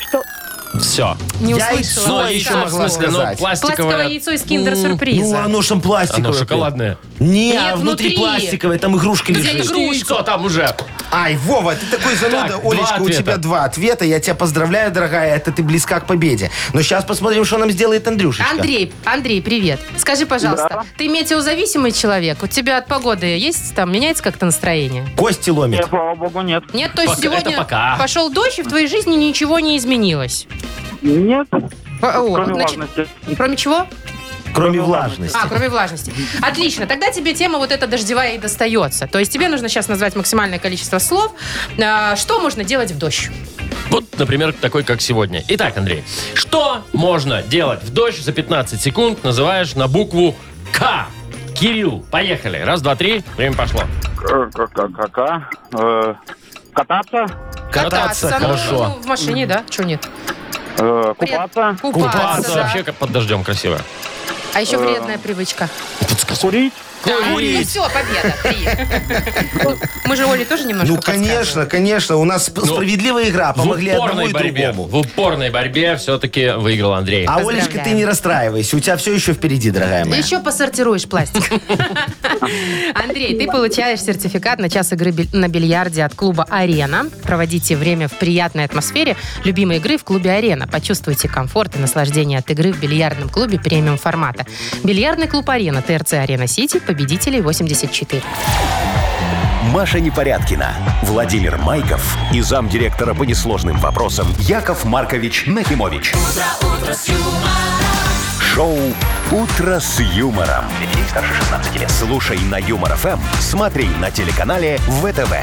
[SPEAKER 3] Все.
[SPEAKER 1] Не
[SPEAKER 2] Я и
[SPEAKER 3] Ну, а
[SPEAKER 1] услышала.
[SPEAKER 2] Зоя еще могла
[SPEAKER 1] Слово.
[SPEAKER 2] сказать.
[SPEAKER 3] но
[SPEAKER 1] Пластиковое
[SPEAKER 3] пластиковое...
[SPEAKER 1] яйцо из
[SPEAKER 2] Ну,
[SPEAKER 1] киндер-сюрприза.
[SPEAKER 2] оно ж там пластиковое.
[SPEAKER 3] Оно шоколадное.
[SPEAKER 2] Не,
[SPEAKER 1] Нет,
[SPEAKER 2] а внутри
[SPEAKER 1] внутри.
[SPEAKER 2] пластиковое, там игрушка лежит.
[SPEAKER 3] Яичко там уже.
[SPEAKER 2] Ай, Вова, ты такой зануда.
[SPEAKER 3] Так, два
[SPEAKER 2] Олечка, у
[SPEAKER 3] ответа.
[SPEAKER 2] тебя два ответа. Я тебя поздравляю, дорогая. Это ты близка к победе. Но сейчас посмотрим, что нам сделает Андрюшечка.
[SPEAKER 1] Андрей, Андрей, привет. Скажи, пожалуйста, ты метеозависимый человек? У тебя от погоды есть там, меняется как-то настроение?
[SPEAKER 2] Кости ломит.
[SPEAKER 7] Нет, слава богу, нет.
[SPEAKER 1] Нет, то есть
[SPEAKER 3] Пока-
[SPEAKER 1] сегодня
[SPEAKER 3] это пока.
[SPEAKER 1] пошел дождь, и в твоей жизни ничего не изменилось.
[SPEAKER 7] Нет,
[SPEAKER 1] О, о,
[SPEAKER 7] кроме
[SPEAKER 1] значит,
[SPEAKER 7] важности.
[SPEAKER 1] кроме чего?
[SPEAKER 2] Кроме влажности.
[SPEAKER 1] А, кроме влажности. Отлично. Тогда тебе тема вот эта дождевая и достается. То есть тебе нужно сейчас назвать максимальное количество слов. А, что можно делать в дождь?
[SPEAKER 3] Вот, например, такой, как сегодня. Итак, Андрей, что можно делать в дождь за 15 секунд, называешь на букву К? Кирилл, поехали. Раз, два, три, время пошло.
[SPEAKER 7] Э, к- к- Кака? Э, Кататься,
[SPEAKER 2] Кататься
[SPEAKER 1] ну,
[SPEAKER 2] хорошо.
[SPEAKER 1] ну, в машине, да? Чего нет?
[SPEAKER 7] э, купаться,
[SPEAKER 1] Купаться, да.
[SPEAKER 3] вообще как под дождем красиво.
[SPEAKER 1] А еще вредная привычка.
[SPEAKER 7] курить.
[SPEAKER 1] Ну все, победа. Три. Ну, Мы же Оле тоже немножко
[SPEAKER 2] Ну, конечно, конечно. У нас сп- справедливая игра.
[SPEAKER 3] Ну, В
[SPEAKER 2] Помогли одному
[SPEAKER 3] упорной
[SPEAKER 2] и
[SPEAKER 3] борьбе.
[SPEAKER 2] другому.
[SPEAKER 3] В упорной борьбе все-таки выиграл Андрей.
[SPEAKER 2] А
[SPEAKER 1] Поздравляем.
[SPEAKER 2] Олечка, ты не расстраивайся. У тебя все еще впереди, дорогая моя.
[SPEAKER 1] Еще посортируешь пластик. Андрей, ты получаешь сертификат на час игры биль- на бильярде от клуба «Арена». Проводите время в приятной атмосфере любимой игры в клубе «Арена». Почувствуйте комфорт и наслаждение от игры в бильярдном клубе премиум формата. Бильярдный клуб «Арена», ТРЦ «Арена Сити», победителей 84.
[SPEAKER 4] Маша Непорядкина, Владимир Майков и замдиректора по несложным вопросам Яков Маркович Нахимович. Шоу Утро с юмором. Для детей старше 16 лет. Слушай на юмор ФМ, смотри на телеканале ВТВ.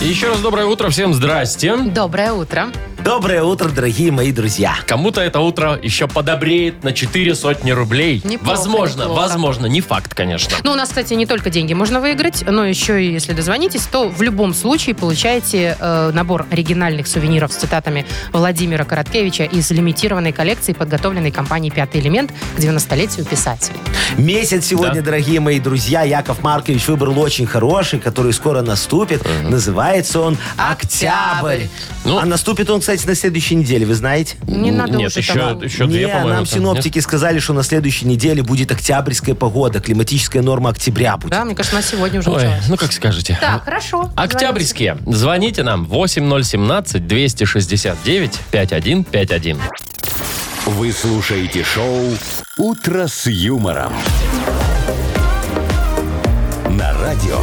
[SPEAKER 3] И еще раз доброе утро, всем здрасте.
[SPEAKER 1] Доброе утро.
[SPEAKER 2] Доброе утро, дорогие мои друзья.
[SPEAKER 3] Кому-то это утро еще подобреет на 4 сотни рублей.
[SPEAKER 1] Неплохо,
[SPEAKER 3] возможно,
[SPEAKER 1] неплохо.
[SPEAKER 3] возможно, не факт, конечно.
[SPEAKER 1] Ну, у нас, кстати, не только деньги можно выиграть, но еще и если дозвонитесь, то в любом случае получаете э, набор оригинальных сувениров с цитатами Владимира Короткевича из лимитированной коллекции, подготовленной компанией «Пятый элемент» к 90-летию писателя.
[SPEAKER 2] Месяц сегодня, дорогие мои друзья, Яков Маркович выбрал очень хороший, который скоро наступит. Называется он «Октябрь».
[SPEAKER 3] Ну.
[SPEAKER 2] а наступит он, кстати, на следующей неделе, вы знаете?
[SPEAKER 1] Не надо
[SPEAKER 3] Нет,
[SPEAKER 1] уже
[SPEAKER 3] еще,
[SPEAKER 1] там-
[SPEAKER 3] еще две,
[SPEAKER 2] Не,
[SPEAKER 3] по-моему.
[SPEAKER 2] нам
[SPEAKER 3] там, нет?
[SPEAKER 2] синоптики сказали, что на следующей неделе будет октябрьская погода, климатическая норма октября будет.
[SPEAKER 1] Да, мне кажется, на сегодня уже
[SPEAKER 3] Ой,
[SPEAKER 1] началось.
[SPEAKER 3] ну как скажете.
[SPEAKER 1] Так, хорошо.
[SPEAKER 3] Октябрьские. Звоните нам 8017-269-5151.
[SPEAKER 4] Вы слушаете шоу Утро с юмором. На радио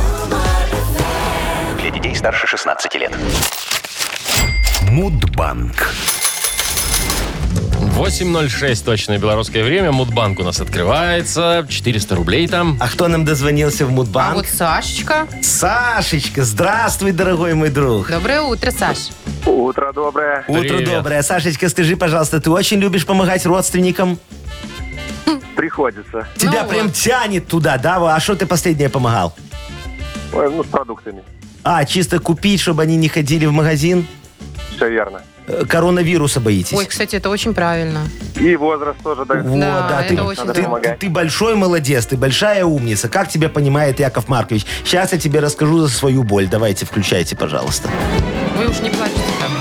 [SPEAKER 5] Для детей старше 16 лет.
[SPEAKER 4] Мудбанк.
[SPEAKER 3] 8.06 точное белорусское время. Мудбанк у нас открывается. 400 рублей там.
[SPEAKER 2] А кто нам дозвонился в
[SPEAKER 1] А
[SPEAKER 2] Мудбанк?
[SPEAKER 1] вот Сашечка.
[SPEAKER 2] Сашечка, здравствуй, дорогой мой друг.
[SPEAKER 1] Доброе утро, Саш.
[SPEAKER 7] Утро доброе.
[SPEAKER 3] Привет.
[SPEAKER 2] Утро доброе. Сашечка, скажи, пожалуйста, ты очень любишь помогать родственникам?
[SPEAKER 3] Ну
[SPEAKER 7] Приходится.
[SPEAKER 2] Тебя
[SPEAKER 1] вот.
[SPEAKER 2] прям тянет туда, да? Во, А что ты последнее помогал?
[SPEAKER 7] Ой, Ну, с продуктами.
[SPEAKER 2] А, чисто купить, чтобы они не ходили в магазин?
[SPEAKER 7] Все верно.
[SPEAKER 2] Э, Коронавируса боитесь?
[SPEAKER 1] Ой, кстати, это очень правильно.
[SPEAKER 7] И возраст тоже да.
[SPEAKER 2] Вот,
[SPEAKER 1] Да,
[SPEAKER 2] да,
[SPEAKER 1] это
[SPEAKER 2] ты,
[SPEAKER 1] очень
[SPEAKER 2] ты-
[SPEAKER 7] здорово.
[SPEAKER 2] ты- ты большой молодец, ты большая умница. Как тебя понимает Яков Маркович? Сейчас я тебе расскажу за свою боль. Давайте, включайте, пожалуйста.
[SPEAKER 1] Вы уж не плачете там.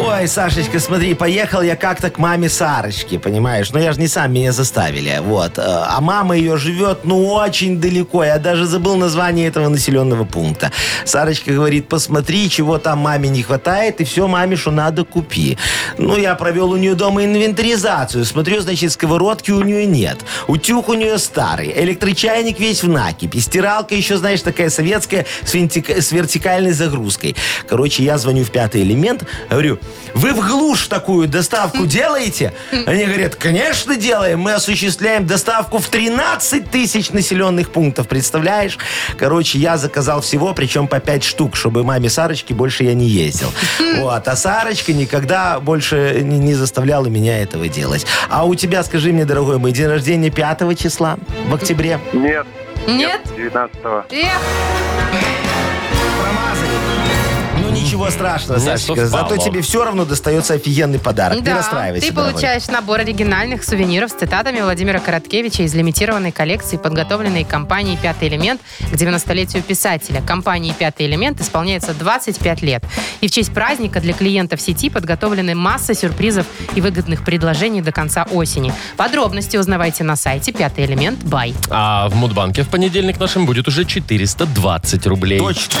[SPEAKER 2] Ой, Сашечка, смотри, поехал я как-то к маме Сарочки, понимаешь? Но я же не сам, меня заставили, вот. Э, А мама ее живет, ну, очень далеко. Я даже забыл название этого населенного пункта. Сарочка говорит, посмотри, чего там маме не хватает, и все маме, что надо, купи. Ну, я провел у нее дома инвентаризацию. Смотрю, значит, сковородки у нее нет. Утюг у нее старый. Электрочайник весь в накипи. Стиралка еще, знаешь, такая советская с, винтик- с вертикальной загрузкой. Короче, я звоню в пятый элемент, говорю, вы в глушь такую доставку делаете? Они говорят, конечно делаем, мы осуществляем доставку в 13 тысяч населенных пунктов, представляешь? Короче, я заказал всего, причем по 5 штук, чтобы маме Сарочки больше я не ездил. Вот, а Сарочка никогда больше не, не заставляла меня этого делать. А у тебя, скажи мне, дорогой мой, день рождения 5 числа в октябре.
[SPEAKER 7] Нет,
[SPEAKER 1] Нет?
[SPEAKER 7] 19-го.
[SPEAKER 1] Эх,
[SPEAKER 2] Ну ничего страшного,
[SPEAKER 3] Не
[SPEAKER 2] Сашечка.
[SPEAKER 3] совпало.
[SPEAKER 2] Зато тебе все равно достается офигенный подарок. не
[SPEAKER 1] да,
[SPEAKER 2] расстраивайся.
[SPEAKER 1] ты
[SPEAKER 2] дорогой.
[SPEAKER 1] получаешь набор оригинальных сувениров с цитатами Владимира Короткевича из лимитированной коллекции, подготовленной компанией «Пятый элемент» к 90-летию писателя. Компании «Пятый элемент» исполняется 25 лет. И в честь праздника для клиентов сети подготовлены масса сюрпризов и выгодных предложений до конца осени. Подробности узнавайте на сайте «Пятый элемент. Бай».
[SPEAKER 3] А в Мудбанке в понедельник нашим будет уже 420 рублей.
[SPEAKER 2] Точно.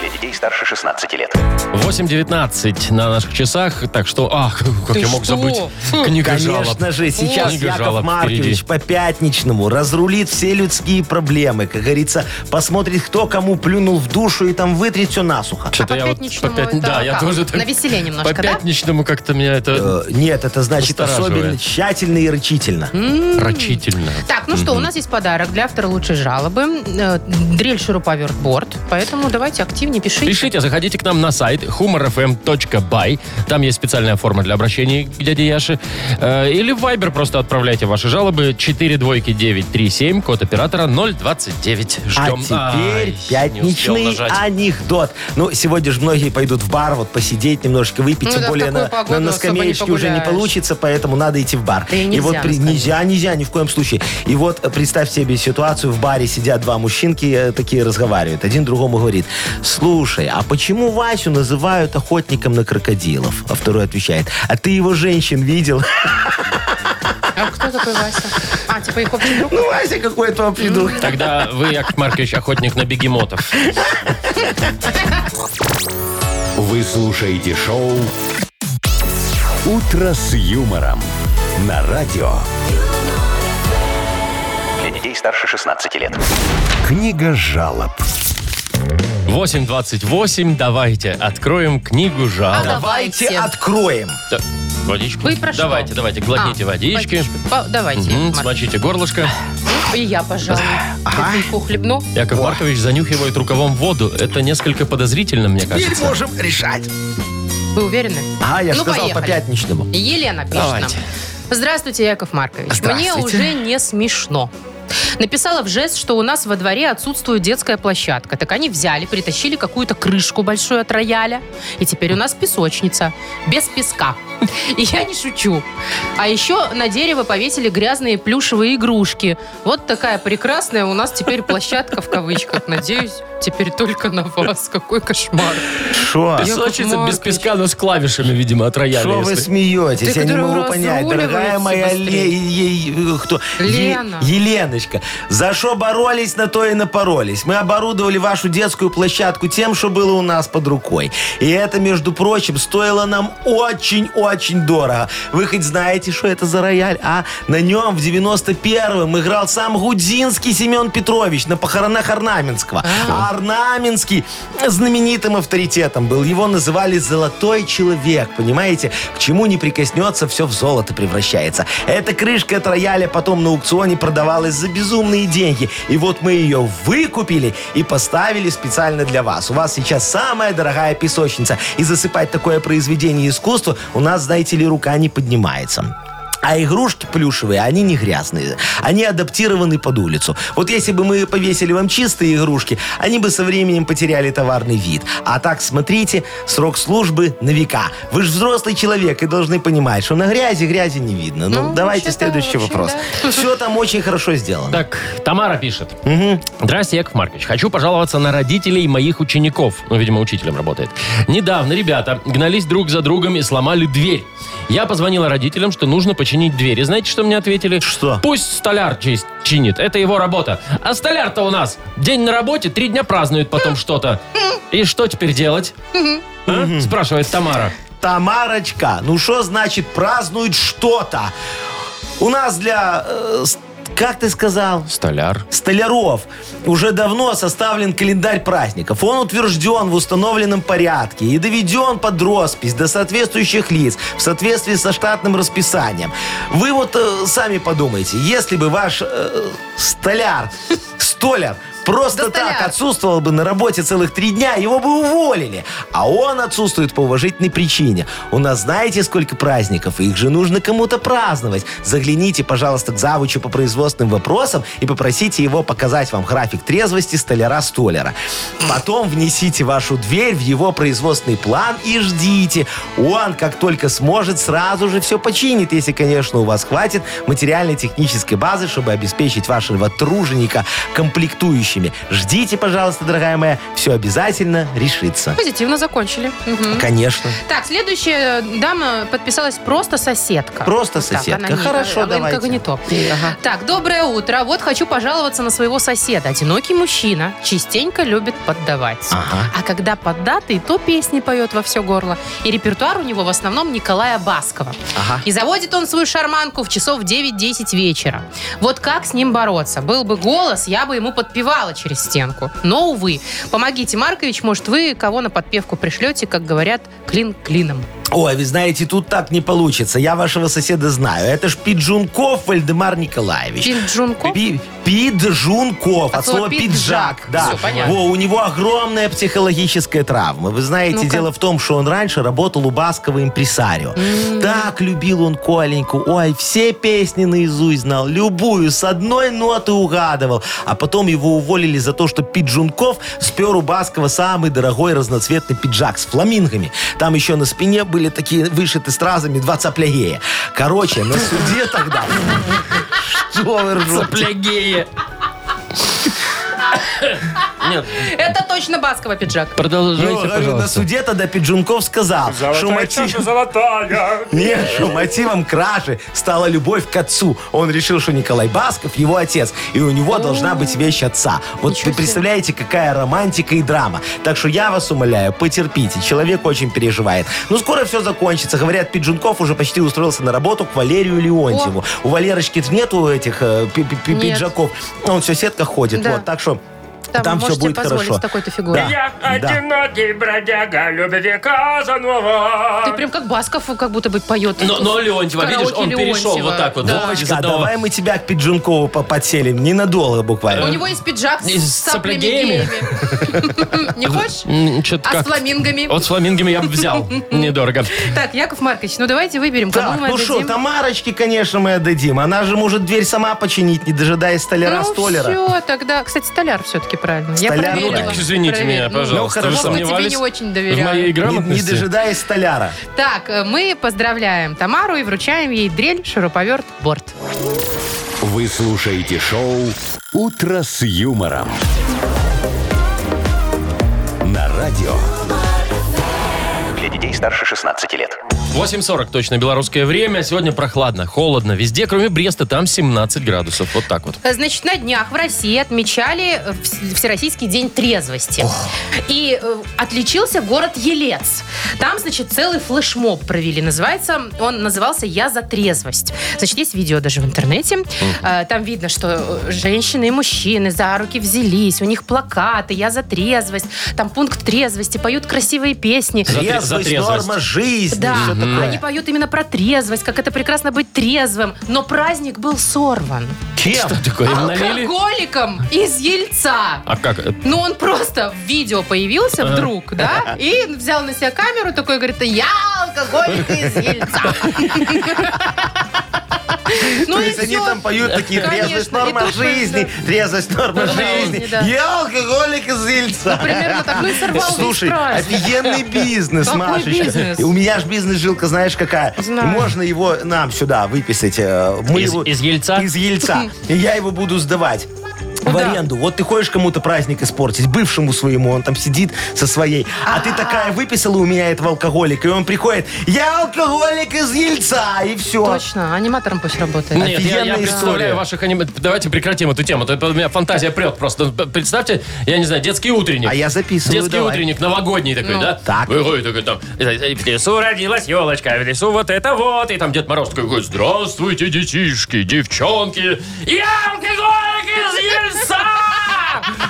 [SPEAKER 5] Для детей старше 16 лет.
[SPEAKER 3] 8.19 на наших часах. Так что, ах, как
[SPEAKER 1] Ты
[SPEAKER 3] я мог
[SPEAKER 1] что? Хм.
[SPEAKER 3] забыть.
[SPEAKER 1] Фу.
[SPEAKER 3] Книга жалоб.
[SPEAKER 2] Конечно же, сейчас
[SPEAKER 3] Книга
[SPEAKER 2] Яков
[SPEAKER 3] жалоб
[SPEAKER 2] Маркович
[SPEAKER 3] впереди.
[SPEAKER 2] по пятничному разрулит все людские проблемы. Как говорится, посмотрит, кто кому плюнул в душу и там вытрет все насухо.
[SPEAKER 3] Что-то
[SPEAKER 1] А по
[SPEAKER 3] я вот
[SPEAKER 1] пятничному
[SPEAKER 3] пят-
[SPEAKER 1] это
[SPEAKER 3] Да, я
[SPEAKER 1] как?
[SPEAKER 3] тоже так-
[SPEAKER 1] Навеселее немножко,
[SPEAKER 3] По
[SPEAKER 1] да?
[SPEAKER 3] пятничному как-то меня это
[SPEAKER 2] Э, Нет, это значит
[SPEAKER 3] Настораживает.
[SPEAKER 2] особенно тщательно и рычительно.
[SPEAKER 3] рачительно.
[SPEAKER 1] Так, ну что, у нас есть подарок для автора лучшей жалобы. Э, Дрель шуруповерт борт. Поэтому давайте активнее пишите.
[SPEAKER 3] Пишите, заходите к нам на сайт humorfm.by. Там есть специальная форма для обращения к дяде Яше. Э, Или в Viber просто отправляйте ваши жалобы. 4 двойки 937, код оператора 029.
[SPEAKER 2] А
[SPEAKER 3] Ждем.
[SPEAKER 2] теперь
[SPEAKER 3] Ай, не успел
[SPEAKER 2] пятничный
[SPEAKER 3] нажать.
[SPEAKER 2] анекдот. Ну, сегодня же многие пойдут в бар, вот посидеть немножко, выпить,
[SPEAKER 1] Ну
[SPEAKER 2] тем
[SPEAKER 1] да, в
[SPEAKER 2] более
[SPEAKER 1] такую
[SPEAKER 2] на,
[SPEAKER 1] погоду
[SPEAKER 2] на- на
[SPEAKER 1] особо не
[SPEAKER 2] скамеечке уже не
[SPEAKER 1] погуляешь.
[SPEAKER 2] получится, поэтому надо идти в бар.
[SPEAKER 1] Да и нельзя
[SPEAKER 2] вот
[SPEAKER 1] на
[SPEAKER 2] при-
[SPEAKER 1] скамейке.
[SPEAKER 2] нельзя, нельзя, ни в коем случае. И вот э, представь себе ситуацию, в баре сидят два мужчинки, э, такие разговаривают. Один другому говорит, слушай, а почему Васю называют охотником на крокодилов? А второй отвечает, а ты его женщин видел?
[SPEAKER 1] А кто такой Вася? А, типа их общий друг?
[SPEAKER 2] Ну, Вася какой-то вам придурок.
[SPEAKER 3] Тогда вы, Яков Маркович, охотник на бегемотов.
[SPEAKER 4] Вы слушаете шоу «Утро с юмором» на радио.
[SPEAKER 5] Для детей старше 16 лет.
[SPEAKER 4] Книга жалоб.
[SPEAKER 3] 8.28, давайте откроем книгу жалоб.
[SPEAKER 2] Давайте откроем.
[SPEAKER 3] Так, Водичку.
[SPEAKER 1] Вы про что?
[SPEAKER 3] Давайте, давайте, глотните
[SPEAKER 1] А,
[SPEAKER 3] водички.
[SPEAKER 1] Па- Давайте,
[SPEAKER 3] Мгм,
[SPEAKER 1] Марк.
[SPEAKER 3] Смочите горлышко.
[SPEAKER 1] И я, пожалуй. Кофейку хлебну.
[SPEAKER 3] Яков Маркович занюхивает рукавом воду. Это несколько подозрительно, мне
[SPEAKER 2] Теперь
[SPEAKER 3] кажется.
[SPEAKER 2] можем решать.
[SPEAKER 1] Вы уверены?
[SPEAKER 2] А, я же
[SPEAKER 1] Ну,
[SPEAKER 2] сказал по
[SPEAKER 1] поехали.
[SPEAKER 2] пятничному.
[SPEAKER 1] Елена пишет
[SPEAKER 3] Давайте.
[SPEAKER 1] нам. Здравствуйте, Яков Маркович.
[SPEAKER 2] Здравствуйте.
[SPEAKER 1] Мне уже не смешно. Написала в жест, что у нас во дворе отсутствует детская площадка. Так они взяли, притащили какую-то крышку большую от рояля. И теперь у нас песочница. Без песка. И я не шучу. А еще на дерево повесили грязные плюшевые игрушки. Вот такая прекрасная у нас теперь площадка в кавычках. Надеюсь, теперь только на вас. Какой кошмар.
[SPEAKER 2] Шо?
[SPEAKER 1] Яков
[SPEAKER 3] Песочница без
[SPEAKER 1] Маркович.
[SPEAKER 3] песка, но с клавишами, видимо, от рояля.
[SPEAKER 2] Что вы
[SPEAKER 3] если.
[SPEAKER 2] смеетесь?
[SPEAKER 1] Ты
[SPEAKER 2] Я не
[SPEAKER 1] который
[SPEAKER 2] могу
[SPEAKER 1] раз
[SPEAKER 2] понять. Дорогая
[SPEAKER 1] разруливается
[SPEAKER 2] моя
[SPEAKER 1] быстрее.
[SPEAKER 2] Ле- е- е- э, кто? Е-
[SPEAKER 1] Лена.
[SPEAKER 2] Еленочка, за что боролись, на то и напоролись. Мы оборудовали вашу детскую площадку тем, что было у нас под рукой. И это, между прочим, стоило нам очень-очень дорого. Вы хоть знаете, что это за рояль, а? На нем в 91-м играл сам Гудзинский Семен Петрович на похоронах Орнаменского. А Орнаменский знаменитым авторитетом был. Его называли «золотой человек», понимаете? К чему не прикоснется, все в золото превращается. Эта крышка от рояля потом на аукционе продавалась за безумные деньги. И вот мы ее выкупили и поставили специально для вас. У вас сейчас самая дорогая песочница. И засыпать такое произведение искусства у нас, знаете ли, рука не поднимается. А игрушки плюшевые, они не грязные. Они адаптированы под улицу. Вот если бы мы повесили вам чистые игрушки, они бы со временем потеряли товарный вид. А так, смотрите, срок службы на века. Вы же взрослый человек и должны понимать, что на грязи грязи не видно. Ну,
[SPEAKER 1] Ну,
[SPEAKER 2] давайте
[SPEAKER 1] вообще-то,
[SPEAKER 2] следующий
[SPEAKER 1] вообще,
[SPEAKER 2] вопрос. Все там очень хорошо сделано.
[SPEAKER 3] Так, Тамара пишет. Здрасте, Яков Маркович. Хочу пожаловаться на родителей моих учеников. Ну, видимо, учителем работает. Недавно ребята гнались друг за другом и сломали дверь. Я позвонила родителям, что нужно починить дверь. И знаете, что мне ответили?
[SPEAKER 2] Что?
[SPEAKER 3] Пусть столяр чист- чинит. Это его работа. А столяр-то у нас день на работе, три дня празднует потом что-то. И что теперь делать? А? Спрашивает Тамара.
[SPEAKER 2] Тамарочка, ну что значит празднует что-то? У нас для... э, с- как ты сказал?
[SPEAKER 3] Столяр.
[SPEAKER 2] Столяров уже давно составлен календарь праздников. Он утвержден в установленном порядке и доведен под роспись до соответствующих лиц в соответствии со штатным расписанием. Вы вот э, сами подумайте, если бы ваш э, столяр, столяр просто
[SPEAKER 1] Да столяр.
[SPEAKER 2] так отсутствовал бы на работе целых три дня, его бы уволили. А он отсутствует по уважительной причине. У нас знаете, сколько праздников, и их же нужно кому-то праздновать. Загляните, пожалуйста, к завучу по производственным вопросам и попросите его показать вам график трезвости столяра-столера. Потом внесите вашу дверь в его производственный план и ждите. Он, как только сможет, сразу же все починит, если, конечно, у вас хватит материально-технической базы, чтобы обеспечить вашего труженика комплектующими. Ждите, пожалуйста, дорогая моя, все обязательно решится.
[SPEAKER 1] Позитивно закончили. Мгм.
[SPEAKER 2] Конечно.
[SPEAKER 1] Так, следующая дама подписалась просто соседка.
[SPEAKER 2] Просто
[SPEAKER 1] Так,
[SPEAKER 2] соседка.
[SPEAKER 1] она не-
[SPEAKER 2] Хорошо,
[SPEAKER 1] она
[SPEAKER 2] давайте.
[SPEAKER 1] инкогнито.
[SPEAKER 2] И, ага.
[SPEAKER 1] Так, доброе утро. Вот хочу пожаловаться на своего соседа. Одинокий мужчина частенько любит поддавать.
[SPEAKER 2] Ага.
[SPEAKER 1] А когда поддатый, то песни поет во все горло. И репертуар у него в основном Николая Баскова.
[SPEAKER 2] Ага.
[SPEAKER 1] И заводит он свою шарманку в часов 9-10 вечера. Вот как с ним бороться? Был бы голос, я бы ему подпевала через стенку. Но, увы. Помогите, Маркович, может, вы кого на подпевку пришлете, как говорят, клин клином.
[SPEAKER 2] Ой, вы знаете, тут так не получится. Я вашего соседа знаю. Это ж Пиджунков Вальдемар Николаевич.
[SPEAKER 1] Пинджунко?
[SPEAKER 2] Пи- Пиджунков. От, слова пиджак. Да.
[SPEAKER 1] Всё, понятно.
[SPEAKER 2] Во, у него огромная психологическая травма. Вы знаете,
[SPEAKER 1] Ну-ка.
[SPEAKER 2] дело в том, что он раньше работал у Баскова импресарио. Так любил он Коленьку. Ой, все песни наизусть знал. Любую, с одной ноты угадывал. А потом его уволили за то, что Пиджунков спер у Баскова самый дорогой разноцветный пиджак с фламингами. Там еще на спине были такие вышиты стразами два цапля гея. Короче, на суде тогда... Что вы ржете?
[SPEAKER 3] Плягея. Нет,
[SPEAKER 1] Это точно басковый пиджак.
[SPEAKER 3] продолжайте,
[SPEAKER 2] Ну, говорю, на
[SPEAKER 3] пожалуйста.
[SPEAKER 2] суде тогда Пиджунков сказал, что мотив...
[SPEAKER 9] золотая.
[SPEAKER 2] Нет, что мотивом кражи стала любовь к отцу. Он решил, что Николай Басков его отец, и у него должна быть вещь отца. Вот вы представляете, какая романтика и драма. Так что я вас умоляю, потерпите. Человек очень переживает. Ну, скоро все закончится. Говорят, Пиджунков уже почти устроился на работу к Валерию Леонтьеву. У Валерочки нету этих э, пи- пи- пи-
[SPEAKER 1] Нет.
[SPEAKER 2] пиджаков. Он все в сетках ходит.
[SPEAKER 1] Да.
[SPEAKER 2] Вот, так что
[SPEAKER 1] Там,
[SPEAKER 2] там, все
[SPEAKER 1] можете
[SPEAKER 2] будет
[SPEAKER 1] позволить
[SPEAKER 2] хорошо.
[SPEAKER 1] с такой-то фигурой.
[SPEAKER 2] Да.
[SPEAKER 9] Я одинокий бродяга, любви Казанова.
[SPEAKER 1] Ты прям как Басков как будто бы поет.
[SPEAKER 3] Но, но Леонтьева,
[SPEAKER 1] Караоке
[SPEAKER 3] видишь, он перешел
[SPEAKER 1] Леонтьева.
[SPEAKER 3] вот так вот.
[SPEAKER 1] Да.
[SPEAKER 3] вот, из
[SPEAKER 2] Вовочка, а
[SPEAKER 3] одного.
[SPEAKER 2] давай мы тебя к Пиджункову по- подселим. Ненадолго буквально.
[SPEAKER 1] У него есть пиджак
[SPEAKER 3] И
[SPEAKER 1] с,
[SPEAKER 3] с
[SPEAKER 1] саплями
[SPEAKER 3] саплегеями.
[SPEAKER 1] геями. Не хочешь?
[SPEAKER 3] М, чё-то
[SPEAKER 1] А с
[SPEAKER 3] как.
[SPEAKER 1] фламингами?
[SPEAKER 3] Вот с фламингами я бы взял. Недорого.
[SPEAKER 1] Так, Яков Маркович, ну давайте выберем, кому
[SPEAKER 2] Так,
[SPEAKER 1] мы
[SPEAKER 2] ну что,
[SPEAKER 1] отдадим.
[SPEAKER 2] Тамарочке, конечно, мы отдадим. Она же может дверь сама починить, не дожидаясь столяра
[SPEAKER 1] ну,
[SPEAKER 2] столяра.
[SPEAKER 1] все, тогда. Кстати, столяр все-таки правильно. Я
[SPEAKER 2] Столяр,
[SPEAKER 1] проверила.
[SPEAKER 2] ну
[SPEAKER 3] так извините
[SPEAKER 1] Проверила.
[SPEAKER 3] меня, пожалуйста.
[SPEAKER 2] Ну,
[SPEAKER 3] Вы
[SPEAKER 2] хорошо. Вов, мы
[SPEAKER 1] тебе не
[SPEAKER 3] сомневались
[SPEAKER 1] очень
[SPEAKER 3] В
[SPEAKER 1] доверяем.
[SPEAKER 3] моей
[SPEAKER 2] Не, не
[SPEAKER 3] грамотности?
[SPEAKER 2] дожидаясь столяра.
[SPEAKER 1] Так, э, мы поздравляем Тамару и вручаем ей дрель, шуруповерт, борт.
[SPEAKER 4] Вы слушаете шоу «Утро с юмором». На радио.
[SPEAKER 5] Для детей старше 16 лет.
[SPEAKER 3] 8.40 точно белорусское время. Сегодня прохладно, холодно. Везде, кроме Бреста, там 17 градусов. Вот так вот.
[SPEAKER 1] Э, Значит, на днях в России отмечали э, вс- Всероссийский день трезвости. И э, отличился город Елец. Там, значит, целый флешмоб провели. Называется, он назывался «Я за трезвость». Значит, есть видео даже в интернете. Э, Там видно, что э, женщины и мужчины за руки взялись. У них плакаты «Я за трезвость». Там пункт трезвости. Поют красивые песни.
[SPEAKER 3] За тре- за
[SPEAKER 2] Трезвость,
[SPEAKER 3] трезвость.
[SPEAKER 2] норма жизни.
[SPEAKER 1] Да,
[SPEAKER 2] всё такое.
[SPEAKER 1] они поют именно про трезвость, как это прекрасно быть трезвым. Но праздник был сорван.
[SPEAKER 3] Кем? Что такое?
[SPEAKER 2] А
[SPEAKER 3] Им налили?
[SPEAKER 1] Алкоголиком из Ельца.
[SPEAKER 3] А как? это?
[SPEAKER 1] Ну, он просто в видео появился вдруг, да, и взял на себя камеру, такой говорит, я алкоголик из Ельца. Ну
[SPEAKER 2] То
[SPEAKER 1] и
[SPEAKER 2] есть они там
[SPEAKER 1] все.
[SPEAKER 2] поют такие
[SPEAKER 1] Конечно,
[SPEAKER 2] трезвость
[SPEAKER 1] и
[SPEAKER 2] норма
[SPEAKER 1] тут мы,
[SPEAKER 2] жизни, трезвость норма
[SPEAKER 1] Да,
[SPEAKER 2] жизни.
[SPEAKER 1] да.
[SPEAKER 2] Я алкоголик из Ильца.
[SPEAKER 1] Примерно так. Ну и сорвал
[SPEAKER 2] Слушай, а
[SPEAKER 3] а
[SPEAKER 1] весь праздник.
[SPEAKER 2] офигенный бизнес,
[SPEAKER 1] Какой
[SPEAKER 2] Машечка.
[SPEAKER 1] бизнес?
[SPEAKER 2] И У меня же бизнес-жилка, знаешь, какая.
[SPEAKER 1] Знаю.
[SPEAKER 2] Можно его нам сюда выписать. э, Мы
[SPEAKER 3] Из-
[SPEAKER 2] его-
[SPEAKER 3] из Ельца?
[SPEAKER 2] Из Ельца. И я его буду сдавать. В
[SPEAKER 1] Да.
[SPEAKER 2] аренду. Вот ты ходишь кому-то праздник испортить, бывшему своему, он там сидит со своей. А ты такая выписала у меня этого алкоголика, и он приходит, я алкоголик из Ельца, и все.
[SPEAKER 1] Точно, аниматором пусть работает.
[SPEAKER 3] Нет, я, я
[SPEAKER 2] Офигенная
[SPEAKER 3] представляю
[SPEAKER 2] история. А я записываю,
[SPEAKER 3] Детский
[SPEAKER 2] давай. Ну,
[SPEAKER 3] утренник, новогодний такой, да?
[SPEAKER 2] Так.
[SPEAKER 3] Выходит такой там, э, в лесу родилась елочка, в лесу вот это вот. И там Дед Мороз такой, здравствуйте, детишки, девчонки. Я алкоголик из Ельца!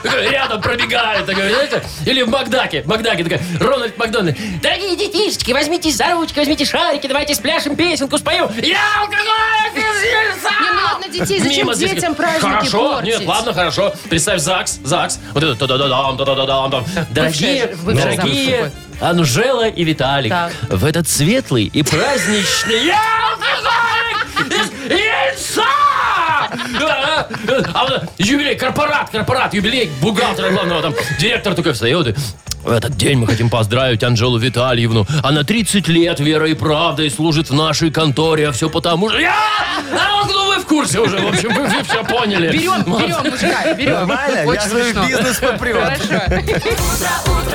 [SPEAKER 3] Такой Рядом пробегает, такой, знаете? Или в Макдаке, в Макдаке такая, Рональд Макдональд. Дорогие детишки, возьмите за ручки, возьмите шарики, давайте спляшем, песенку споем. Я алкоголик из Ельца!
[SPEAKER 1] Не, ну ладно, детей, зачем
[SPEAKER 3] Мимо здесь-
[SPEAKER 1] детям праздники
[SPEAKER 3] Хорошо,
[SPEAKER 1] портить?
[SPEAKER 3] нет, ладно, хорошо. Представь ЗАГС, ЗАГС. Вот это та-да-да-дам, та-да-да-дам. там. Дорогие,
[SPEAKER 1] бывшая- бывший ЗАГС
[SPEAKER 3] дорогие Анжела и Виталик.
[SPEAKER 1] Так.
[SPEAKER 3] В этот светлый и праздничный я алкоголик из яйца! А, а вот Юбилей, корпорат, корпорат, юбилей бухгалтера главного, там директор такой встает и... В этот день мы хотим поздравить Анжелу Витальевну. Она 30 лет верой и правдой служит в нашей конторе, а все потому что... Я! А, ну вы в курсе уже, в общем, вы, все поняли.
[SPEAKER 1] Берем, берем мужика, берем.
[SPEAKER 2] Нормально? Я
[SPEAKER 1] Очень
[SPEAKER 2] свой
[SPEAKER 1] смешно.
[SPEAKER 2] бизнес попрет.
[SPEAKER 1] Хорошо.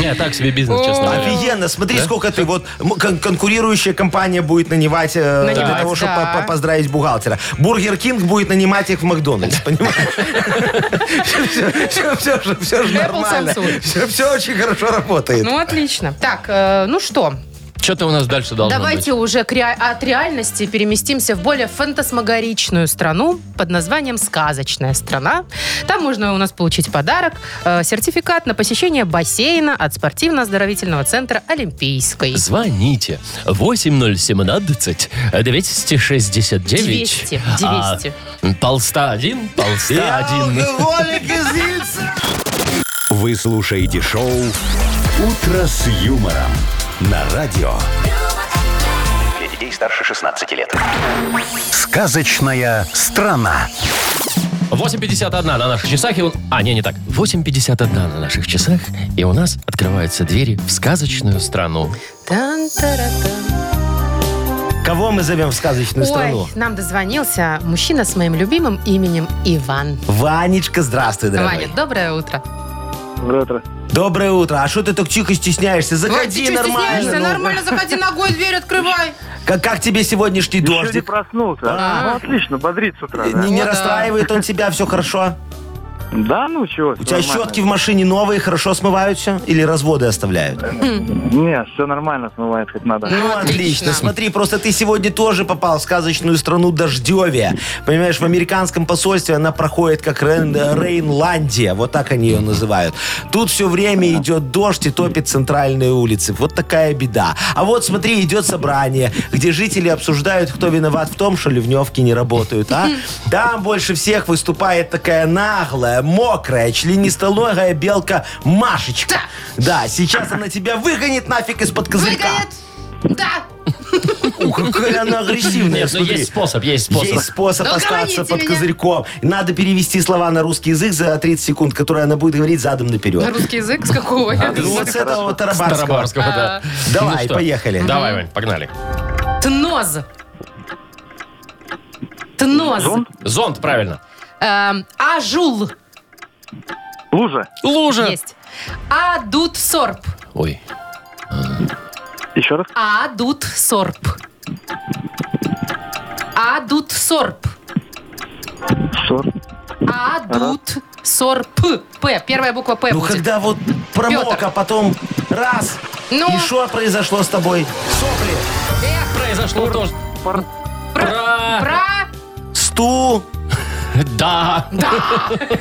[SPEAKER 3] Не, так себе бизнес, честно
[SPEAKER 1] Э,
[SPEAKER 3] говоря.
[SPEAKER 2] Офигенно, смотри, сколько ты вот м, кон- конкурирующая компания будет нанимать э, для
[SPEAKER 1] Нанимать,
[SPEAKER 2] того, чтобы
[SPEAKER 1] да.
[SPEAKER 2] по- по- поздравить бухгалтера. Бургер Кинг будет нанимать их в Макдональдс, понимаешь? Все же
[SPEAKER 1] Apple,
[SPEAKER 2] нормально.
[SPEAKER 1] Samsung.
[SPEAKER 2] Все очень хорошо работает.
[SPEAKER 1] Ну, отлично. Так, э, ну что,
[SPEAKER 3] Что-то у нас дальше должно
[SPEAKER 1] Давайте уже к реа- от реальности переместимся в более фантасмагоричную страну под названием «Сказочная страна». Там можно у нас получить подарок, э, сертификат на посещение бассейна от спортивно-оздоровительного центра «Олимпийской».
[SPEAKER 3] быть. Звоните 8017 269
[SPEAKER 1] 200, 200.
[SPEAKER 3] А, полста один, полста
[SPEAKER 2] Я
[SPEAKER 3] один.
[SPEAKER 2] алкоголик из Ильца.
[SPEAKER 4] Вы слушаете шоу «Утро с юмором». На радио.
[SPEAKER 5] Для детей старше 16 лет.
[SPEAKER 4] Сказочная страна.
[SPEAKER 3] 8.51 на наших часах. И он... А, не, не так. 8.51 на наших часах. И у нас открываются двери в сказочную страну.
[SPEAKER 1] Тан-тара-тан.
[SPEAKER 2] Кого мы зовем в сказочную страну?
[SPEAKER 1] Ой, нам дозвонился мужчина с моим любимым именем Иван.
[SPEAKER 2] Ванечка, здравствуй, дорогой.
[SPEAKER 1] Ваня, доброе утро.
[SPEAKER 2] Доброе утро. А что ты так тихо стесняешься?
[SPEAKER 1] Вань,
[SPEAKER 2] Заходи
[SPEAKER 1] ты что
[SPEAKER 2] нормально.
[SPEAKER 1] стесняешься?
[SPEAKER 2] ну.
[SPEAKER 1] Нормально, заходи ногой, дверь открывай.
[SPEAKER 2] Как, как тебе сегодняшний
[SPEAKER 7] не
[SPEAKER 2] дождик?
[SPEAKER 7] проснулся.
[SPEAKER 2] А.
[SPEAKER 7] Ну, отлично, бодрит с утра. Да,
[SPEAKER 2] Не, не
[SPEAKER 1] Ну да.
[SPEAKER 2] расстраивает он тебя, все хорошо?
[SPEAKER 7] Да, ну чего.
[SPEAKER 2] У тебя щетки в машине новые, хорошо смываются? Или разводы оставляют?
[SPEAKER 7] Нет, все нормально смывает, хоть надо.
[SPEAKER 2] Ну, отлично.
[SPEAKER 1] отлично.
[SPEAKER 2] Смотри, просто ты сегодня тоже попал в сказочную страну Дождеве. Понимаешь, в американском посольстве она проходит как Рен- Рейнландия. Вот так они ее называют. Тут все время идет дождь и топит центральные улицы. Вот такая беда. А вот смотри, идет собрание, где жители обсуждают, кто виноват в том, что ливневки не работают, а? Там больше всех выступает такая наглая, мокрая, членистоногая белка Машечка. Да, сейчас она тебя выгонит нафиг из-под козырька.
[SPEAKER 1] Выгонят. Да.
[SPEAKER 2] Ух, Ну, какая она агрессивная,
[SPEAKER 3] Нет, ну
[SPEAKER 2] смотри.
[SPEAKER 3] есть способ, есть способ.
[SPEAKER 2] Есть способ
[SPEAKER 1] Ну,
[SPEAKER 2] остаться
[SPEAKER 1] гоните
[SPEAKER 2] под
[SPEAKER 1] меня.
[SPEAKER 2] козырьком. Надо перевести слова на русский язык за 30 секунд, которые она будет говорить задом
[SPEAKER 1] На
[SPEAKER 2] наперед.
[SPEAKER 1] А. русский язык с какого? Я
[SPEAKER 2] Ну, вот с этого вот тарабарского.
[SPEAKER 3] Тарабарского, да.
[SPEAKER 2] Давай,
[SPEAKER 3] Ну что,
[SPEAKER 2] поехали.
[SPEAKER 3] Давай, Вань, погнали.
[SPEAKER 1] Тноз. Тноз.
[SPEAKER 3] Зонт, правильно.
[SPEAKER 1] Эм, Ажул.
[SPEAKER 7] Лужа,
[SPEAKER 3] Лужа.
[SPEAKER 1] Есть. Адут-сорб.
[SPEAKER 3] Ой.
[SPEAKER 7] еще раз.
[SPEAKER 1] Адут-сорб. Адут-сорб.
[SPEAKER 7] Сор.
[SPEAKER 1] Адут-сорб. П. Первая буква П
[SPEAKER 2] Ну,
[SPEAKER 1] будет.
[SPEAKER 2] когда вот промок,
[SPEAKER 1] Пётр.
[SPEAKER 2] а потом раз,
[SPEAKER 1] Ну?
[SPEAKER 2] и что произошло с тобой? Сопли.
[SPEAKER 3] Произошло тоже. Про...
[SPEAKER 1] Про...
[SPEAKER 2] Сту.
[SPEAKER 3] Да.
[SPEAKER 2] Да,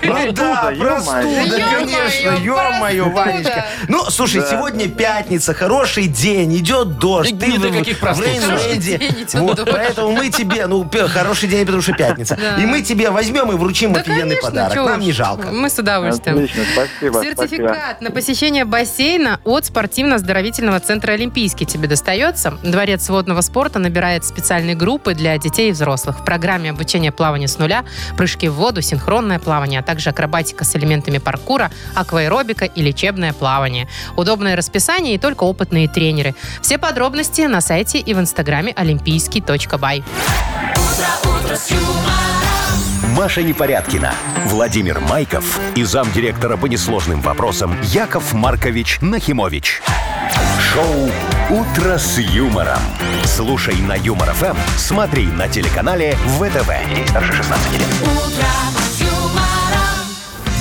[SPEAKER 2] простуда,
[SPEAKER 1] Ё-моё,
[SPEAKER 2] конечно, ё-моё,
[SPEAKER 1] простуда.
[SPEAKER 2] Ванечка. Ну, слушай, сегодня пятница, хороший день, идет дождь.
[SPEAKER 3] И ни до
[SPEAKER 2] в-
[SPEAKER 3] каких
[SPEAKER 2] в
[SPEAKER 3] простуд.
[SPEAKER 2] Рейн
[SPEAKER 3] Хороший
[SPEAKER 2] Рейде.
[SPEAKER 1] день идет
[SPEAKER 2] Вот,
[SPEAKER 1] дождь.
[SPEAKER 2] Поэтому мы тебе, ну, пе- хороший день, потому что пятница. И мы тебе возьмем и вручим
[SPEAKER 1] Да,
[SPEAKER 2] офигенный
[SPEAKER 1] конечно,
[SPEAKER 2] подарок.
[SPEAKER 1] чего
[SPEAKER 2] Нам не
[SPEAKER 1] уж.
[SPEAKER 2] жалко.
[SPEAKER 1] Мы с удовольствием.
[SPEAKER 7] Отлично, спасибо.
[SPEAKER 1] Сертификат
[SPEAKER 7] спасибо.
[SPEAKER 1] на посещение бассейна от спортивно-оздоровительного центра «Олимпийский» тебе достается. Дворец водного спорта набирает специальные группы для детей и взрослых. В программе обучения плавания с нуля, прыжки в воду, синхронное плавание, а также акробатика с элементами паркура, акваэробика и лечебное плавание. Удобное расписание и только опытные тренеры. Все подробности на сайте и в инстаграме олимпийский.бай.
[SPEAKER 4] Маша Непорядкина, Владимир Майков и замдиректора по несложным вопросам Яков Маркович Нахимович. Шоу «Утро с юмором». Слушай на Юмор ФМ, смотри на телеканале ВТВ. Здесь старше 16 лет.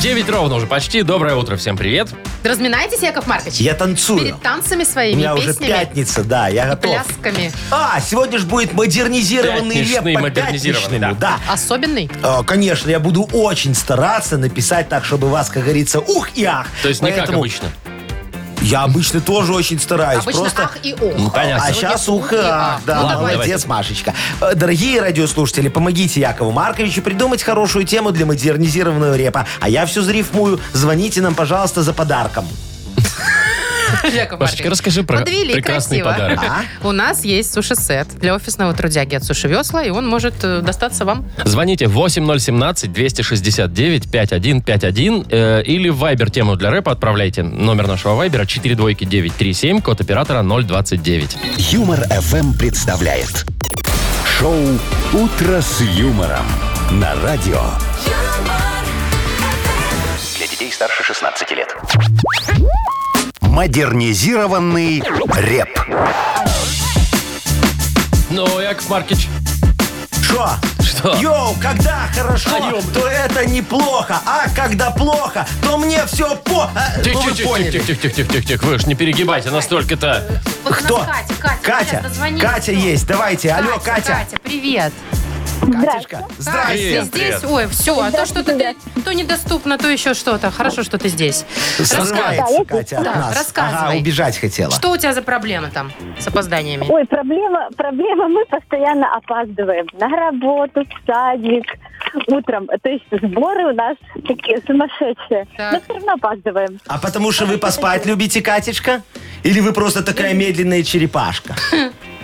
[SPEAKER 3] 9 ровно уже почти. Доброе утро, всем привет.
[SPEAKER 1] Разминайтесь, Яков Маркович.
[SPEAKER 2] Я танцую.
[SPEAKER 1] Перед танцами
[SPEAKER 2] У
[SPEAKER 1] своими,
[SPEAKER 2] меня уже
[SPEAKER 1] песнями,
[SPEAKER 2] пятница, да, я
[SPEAKER 1] и
[SPEAKER 2] готов.
[SPEAKER 1] плясками.
[SPEAKER 2] А, сегодня же будет модернизированный реп
[SPEAKER 3] Пятничный,
[SPEAKER 2] по
[SPEAKER 3] модернизированный,
[SPEAKER 2] пятничному, да.
[SPEAKER 1] Особенный?
[SPEAKER 2] Э, Конечно, я буду очень стараться написать так, чтобы вас, как говорится, ух и ах.
[SPEAKER 3] То есть не как
[SPEAKER 2] Поэтому
[SPEAKER 3] обычно.
[SPEAKER 2] Я обычно тоже очень стараюсь.
[SPEAKER 1] Обычно
[SPEAKER 2] просто...
[SPEAKER 1] ах и ох.
[SPEAKER 3] понятно.
[SPEAKER 2] А
[SPEAKER 1] Сегодня
[SPEAKER 2] сейчас
[SPEAKER 1] ух и
[SPEAKER 2] уха.
[SPEAKER 1] ах.
[SPEAKER 2] Да,
[SPEAKER 3] Ну, давай.
[SPEAKER 2] молодец, Машечка. Э, Дорогие радиослушатели, помогите Якову Марковичу придумать хорошую тему для модернизированного репа. А я все зарифмую. Звоните нам, пожалуйста, за подарком.
[SPEAKER 3] Машечка,
[SPEAKER 1] Яков Маркович,
[SPEAKER 3] расскажи про
[SPEAKER 1] подвели
[SPEAKER 3] прекрасный
[SPEAKER 1] красиво.
[SPEAKER 3] подарок.
[SPEAKER 2] А?
[SPEAKER 1] У нас есть суши-сет для офисного трудяги от Суши Весла, и он может э, достаться вам.
[SPEAKER 3] Звоните 8017-269-5151 э, или в Viber тему для рэпа отправляйте. Номер нашего Viber 42937, код оператора 029.
[SPEAKER 4] Юмор ФМ представляет. Шоу «Утро с юмором» на радио.
[SPEAKER 5] Для детей старше 16 лет.
[SPEAKER 4] Модернизированный реп.
[SPEAKER 3] Ну, Яков Маркич,
[SPEAKER 2] Шо?
[SPEAKER 3] Что?
[SPEAKER 2] Йоу, когда хорошо,
[SPEAKER 3] А, ёп.
[SPEAKER 2] то это неплохо. А когда плохо, то мне все по... А, ну, вы поняли.
[SPEAKER 3] Тихо-тихо-тихо-тихо-тихо-тихо, вы ж не перегибайте настолько-то.
[SPEAKER 1] Вот
[SPEAKER 2] Кто?
[SPEAKER 1] у нас Ну, Катя, Катя, сейчас
[SPEAKER 2] Катя,
[SPEAKER 1] дозвонилась.
[SPEAKER 2] Катя
[SPEAKER 1] Ну,
[SPEAKER 2] есть, давайте. Алло, Катя.
[SPEAKER 1] Катя, привет.
[SPEAKER 2] Катюшка,
[SPEAKER 1] Катя,
[SPEAKER 2] здрасте.
[SPEAKER 3] Привет,
[SPEAKER 1] ты здесь? Ой, все, а то что-то ты, то недоступно, то еще что-то. Хорошо, что ты здесь. Рассказывай.
[SPEAKER 2] Срывается Катя от
[SPEAKER 1] Да,
[SPEAKER 2] нас.
[SPEAKER 1] рассказывай.
[SPEAKER 2] Ага, убежать хотела.
[SPEAKER 1] Что у тебя за проблема там с опозданиями?
[SPEAKER 10] Ой, проблема, проблема, мы постоянно опаздываем на работу, в садик, утром. То есть сборы у нас такие сумасшедшие.
[SPEAKER 1] Так.
[SPEAKER 10] Но все равно опаздываем.
[SPEAKER 2] А потому что вы поспать любите, Катечка? Или вы просто такая медленная черепашка?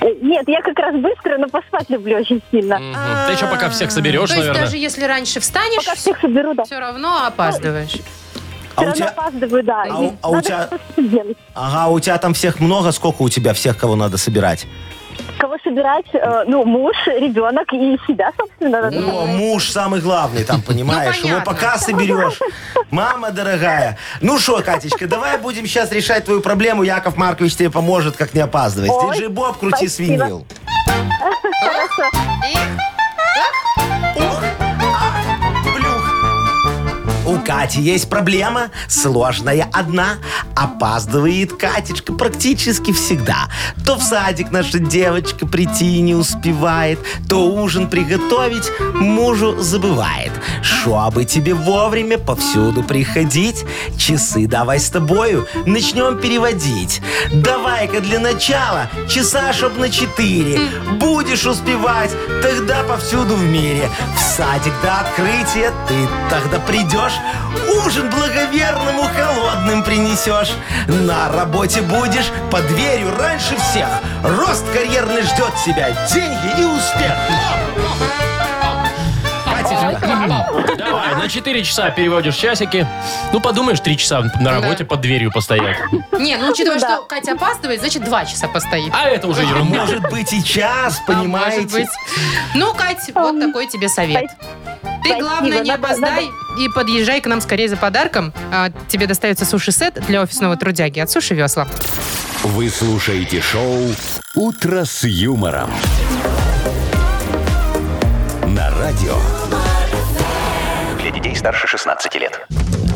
[SPEAKER 10] Э, Нет, я как раз быстро, но поспать люблю очень сильно.
[SPEAKER 3] Мгм. Ты еще пока всех соберешь,
[SPEAKER 1] То есть
[SPEAKER 3] наверное.
[SPEAKER 1] даже если раньше встанешь,
[SPEAKER 10] Пока всех соберу, да. Все
[SPEAKER 1] все равно опаздываешь.
[SPEAKER 2] А у
[SPEAKER 10] равно
[SPEAKER 2] А тебя...
[SPEAKER 10] опаздываю, да.
[SPEAKER 2] А у- а у
[SPEAKER 10] Надо
[SPEAKER 2] тебя-
[SPEAKER 10] что-то делать.
[SPEAKER 2] Ага, у тебя там всех много? Сколько у тебя всех, кого надо собирать?
[SPEAKER 10] Кого собирать, э, ну, муж, ребенок и себя, собственно. надо
[SPEAKER 2] О,
[SPEAKER 10] собрать.
[SPEAKER 2] муж самый главный там, понимаешь?
[SPEAKER 1] Ну,
[SPEAKER 2] Его
[SPEAKER 1] понятно.
[SPEAKER 2] пока соберешь. Мама дорогая. Ну что, Катечка, давай будем сейчас решать твою проблему. Яков Маркович тебе поможет, как не опаздывать.
[SPEAKER 10] Ой,
[SPEAKER 2] Диджей Боб, крути
[SPEAKER 10] спасибо.
[SPEAKER 2] свинил. Ух, а, блюх. У Кати есть проблема, сложная одна. Опаздывает Катечка практически всегда. То в садик наша девочка прийти не успевает, то ужин приготовить мужу забывает. Чтобы тебе вовремя повсюду приходить, часы давай с тобою начнем переводить. Давай-ка для начала часа чтоб на четыре. Будешь успевать, тогда повсюду в мире. В садик до открытия ты тогда придешь. Ужин благоверному холодным принесешь. На работе будешь под дверью раньше всех. Рост карьерный ждет тебя, деньги и успех.
[SPEAKER 3] Давай, на 4 часа переводишь часики. Ну, подумаешь, 3 часа на работе под дверью постоять.
[SPEAKER 1] Не, ну учитывая,
[SPEAKER 10] Ну да.
[SPEAKER 1] что Катя опаздывает, значит, два часа постоит.
[SPEAKER 3] А это уже
[SPEAKER 2] А
[SPEAKER 3] ерунда.
[SPEAKER 2] может быть и час,
[SPEAKER 1] А, может
[SPEAKER 2] понимаете?
[SPEAKER 1] быть. Ну, Кать, вот такой тебе совет. Ты, главное, не
[SPEAKER 10] Надо-
[SPEAKER 1] опоздай и подъезжай к нам скорее за подарком. А, тебе достается суши-сет для офисного трудяги от Суши Весла.
[SPEAKER 4] Вы слушаете шоу «Утро с юмором». На радио.
[SPEAKER 5] Для детей старше 16 лет.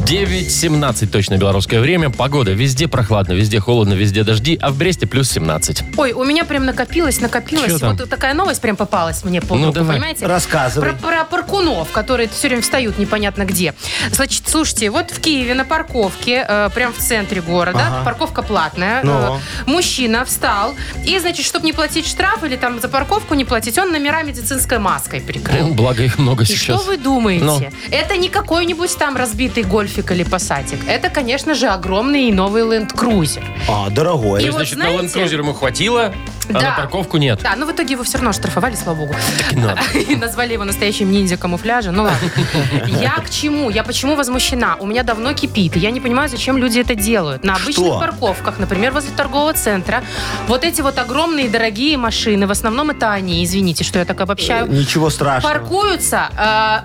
[SPEAKER 3] 9.17 точно белорусское время. Погода везде прохладно, везде холодно, везде дожди, а в Бресте плюс 17.
[SPEAKER 1] Ой, у меня прям накопилось, накопилось.
[SPEAKER 3] Чё там?
[SPEAKER 1] Вот тут такая новость прям попалась мне под
[SPEAKER 3] Ну,
[SPEAKER 1] руку,
[SPEAKER 3] давай.
[SPEAKER 1] понимаете?
[SPEAKER 2] Рассказывай.
[SPEAKER 1] Про, про паркунов, которые все время встают непонятно где. Значит, слушайте, вот в Киеве на парковке, э, прям в центре города,
[SPEAKER 2] Ага.
[SPEAKER 1] парковка платная,
[SPEAKER 2] Ну.
[SPEAKER 1] э, мужчина встал, и, значит, чтобы не платить штраф или там за парковку не платить, он номера медицинской маской прикрыл.
[SPEAKER 3] Ну, Благо их много
[SPEAKER 1] И что
[SPEAKER 3] сейчас.
[SPEAKER 1] вы думаете?
[SPEAKER 3] Ну.
[SPEAKER 1] Это не какой-нибудь там разбитый гольфик или пассатик. Это, конечно же, огромный и новый ленд-крузер.
[SPEAKER 2] А, дорогой.
[SPEAKER 1] И
[SPEAKER 3] То есть,
[SPEAKER 1] вот
[SPEAKER 3] значит, на
[SPEAKER 1] знаете-
[SPEAKER 3] Land Cruiser ему хватило, а
[SPEAKER 1] Да.
[SPEAKER 3] на парковку нет.
[SPEAKER 1] Да, но в итоге его все равно штрафовали, слава богу.
[SPEAKER 3] и надо.
[SPEAKER 1] И назвали его настоящим ниндзя камуфляжа. Ну ладно. Я к чему? Я почему возмущена? У меня давно кипит. и Я не понимаю, зачем люди это делают. На обычных
[SPEAKER 2] Что?
[SPEAKER 1] парковках, например, возле торгового центра, вот эти вот огромные дорогие машины, в основном это они, извините, что я так обобщаю,
[SPEAKER 3] Э,
[SPEAKER 2] Ничего страшного.
[SPEAKER 1] паркуются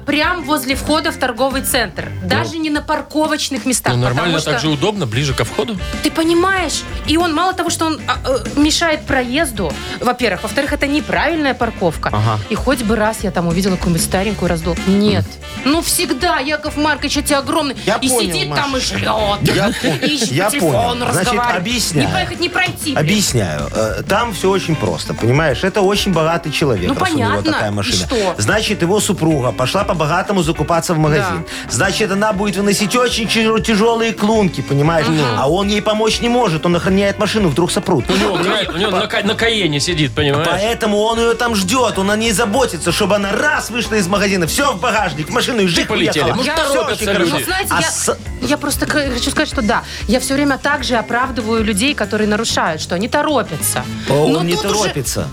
[SPEAKER 1] э, прям возле входа в торговый центр. Даже не на парковочных местах.
[SPEAKER 3] Ну, нормально,
[SPEAKER 1] потому что-
[SPEAKER 3] так же удобно, ближе ко входу.
[SPEAKER 1] ты понимаешь? И он мало того, что он а, э, мешает проезду, во-первых. Во-вторых, это неправильная парковка.
[SPEAKER 2] Ага.
[SPEAKER 1] И хоть бы раз я там увидела какую-нибудь старенькую раздол. Нет. Ну всегда, Яков Маркович, эти огромный.
[SPEAKER 2] Я
[SPEAKER 1] и
[SPEAKER 2] понял,
[SPEAKER 1] сидит
[SPEAKER 2] Маша.
[SPEAKER 1] там и шлет.
[SPEAKER 2] Я понял.
[SPEAKER 1] И еще
[SPEAKER 2] Я
[SPEAKER 1] по телефону
[SPEAKER 2] понял. Значит,
[SPEAKER 1] разговаривает.
[SPEAKER 2] объясняю.
[SPEAKER 1] Не поехать, не пройти. блин.
[SPEAKER 2] Объясняю. Э, Там все очень просто, понимаешь? Это очень богатый человек,
[SPEAKER 1] Ну,
[SPEAKER 2] раз у него
[SPEAKER 1] понятно.
[SPEAKER 2] такая
[SPEAKER 1] И
[SPEAKER 2] машина.
[SPEAKER 1] что?
[SPEAKER 2] Значит, его супруга пошла по-богатому закупаться в магазин. Значит, она будет выносить очень тяжелые клунки, понимаешь? А он ей помочь не может, он охраняет машину, вдруг сопрут.
[SPEAKER 1] Ну,
[SPEAKER 3] У него, кра- Ну, у него на, ка- на Каене сидит, понимаешь?
[SPEAKER 2] Поэтому он ее там ждет, он о ней заботится, чтобы она раз вышла из магазина, все в багажник, в машину и жить
[SPEAKER 3] полетели. Ну, торопятся люди.
[SPEAKER 1] Ну, знаете,
[SPEAKER 2] А
[SPEAKER 1] я, я просто к- хочу сказать, что да, я все время также оправдываю людей, которые нарушают, что они торопятся. Но
[SPEAKER 2] Он не
[SPEAKER 1] тут уже-
[SPEAKER 2] торопится.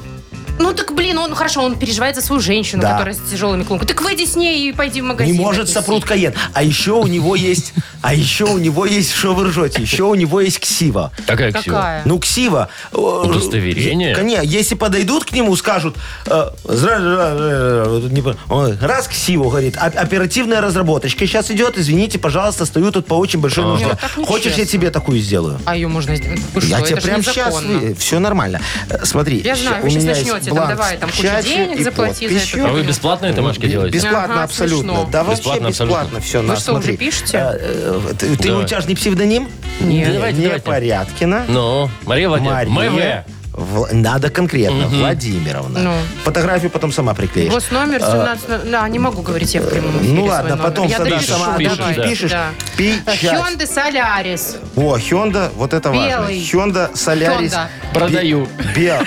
[SPEAKER 1] Ну так, блин, он хорошо, он переживает за свою женщину,
[SPEAKER 2] Да.
[SPEAKER 1] которая с тяжелыми клумками. Так выйди с ней и пойди в
[SPEAKER 2] Не
[SPEAKER 1] магазин.
[SPEAKER 2] может
[SPEAKER 1] отнеси.
[SPEAKER 2] сопрут Каен. А еще у него есть... А еще у него есть... Что вы ржете? Еще у него есть ксива.
[SPEAKER 3] Такая ксива.
[SPEAKER 1] Какая?
[SPEAKER 2] Ну, ксива. э,
[SPEAKER 3] Удостоверение?
[SPEAKER 2] э, Конечно, если подойдут к нему, скажут... э, зра- зра- зра- зра- вот не по- он Раз ксиву, говорит, «Оп- оперативная разработочка сейчас идет, извините, пожалуйста, стою тут по очень большой
[SPEAKER 1] Не,
[SPEAKER 2] нужде.
[SPEAKER 1] ну так нечестно.
[SPEAKER 2] Хочешь, я тебе такую сделаю?
[SPEAKER 1] А ее можно сделать? Вы
[SPEAKER 2] я
[SPEAKER 1] что,
[SPEAKER 2] тебе
[SPEAKER 1] это же
[SPEAKER 2] прям сейчас...
[SPEAKER 1] незаконно.
[SPEAKER 2] Все нормально. Э, Смотри.
[SPEAKER 1] Я знаю,
[SPEAKER 2] ща-
[SPEAKER 1] вы
[SPEAKER 2] у
[SPEAKER 1] щас
[SPEAKER 2] меня есть
[SPEAKER 1] начнете, там,
[SPEAKER 2] бланк
[SPEAKER 1] давай, там,
[SPEAKER 2] с
[SPEAKER 1] кучу
[SPEAKER 2] печатью
[SPEAKER 1] денег
[SPEAKER 2] и
[SPEAKER 1] заплати за это.
[SPEAKER 2] подписью.
[SPEAKER 3] А вы бесплатно это, Машка, делаете?
[SPEAKER 2] Бесплатно
[SPEAKER 1] Ага,
[SPEAKER 2] абсолютно.
[SPEAKER 1] смешно.
[SPEAKER 2] Да вообще
[SPEAKER 3] Бесплатно
[SPEAKER 2] бесплатно,
[SPEAKER 3] абсолютно.
[SPEAKER 2] все.
[SPEAKER 1] Вы
[SPEAKER 2] на,
[SPEAKER 1] что, уже
[SPEAKER 2] смотри.
[SPEAKER 1] пишете?
[SPEAKER 2] А, э, ты ты-
[SPEAKER 3] Да.
[SPEAKER 2] у тебя же не псевдоним?
[SPEAKER 3] Нет. Давайте, давайте.
[SPEAKER 2] Порядкина.
[SPEAKER 3] Ну, Мария Владимировна,
[SPEAKER 2] Мария.
[SPEAKER 3] МВ.
[SPEAKER 2] Вла- Надо конкретно, Владимировна.
[SPEAKER 1] Ну.
[SPEAKER 2] Фотографию потом сама приклеишь.
[SPEAKER 1] Вот номер 17... Да, не могу говорить я в прямом эфире
[SPEAKER 2] А. Ну
[SPEAKER 1] свой
[SPEAKER 2] ладно,
[SPEAKER 1] номер.
[SPEAKER 2] потом
[SPEAKER 1] Я
[SPEAKER 2] сама,
[SPEAKER 3] допишу,
[SPEAKER 2] сама
[SPEAKER 3] пишешь,
[SPEAKER 2] отдам,
[SPEAKER 3] да.
[SPEAKER 2] пишешь.
[SPEAKER 1] Да.
[SPEAKER 2] Печать.
[SPEAKER 1] Hyundai Солярис.
[SPEAKER 2] О, Hyundai, вот это важно.
[SPEAKER 1] Белый.
[SPEAKER 2] Hyundai Солярис.
[SPEAKER 1] Hyundai.
[SPEAKER 3] Продаю.
[SPEAKER 2] Бе-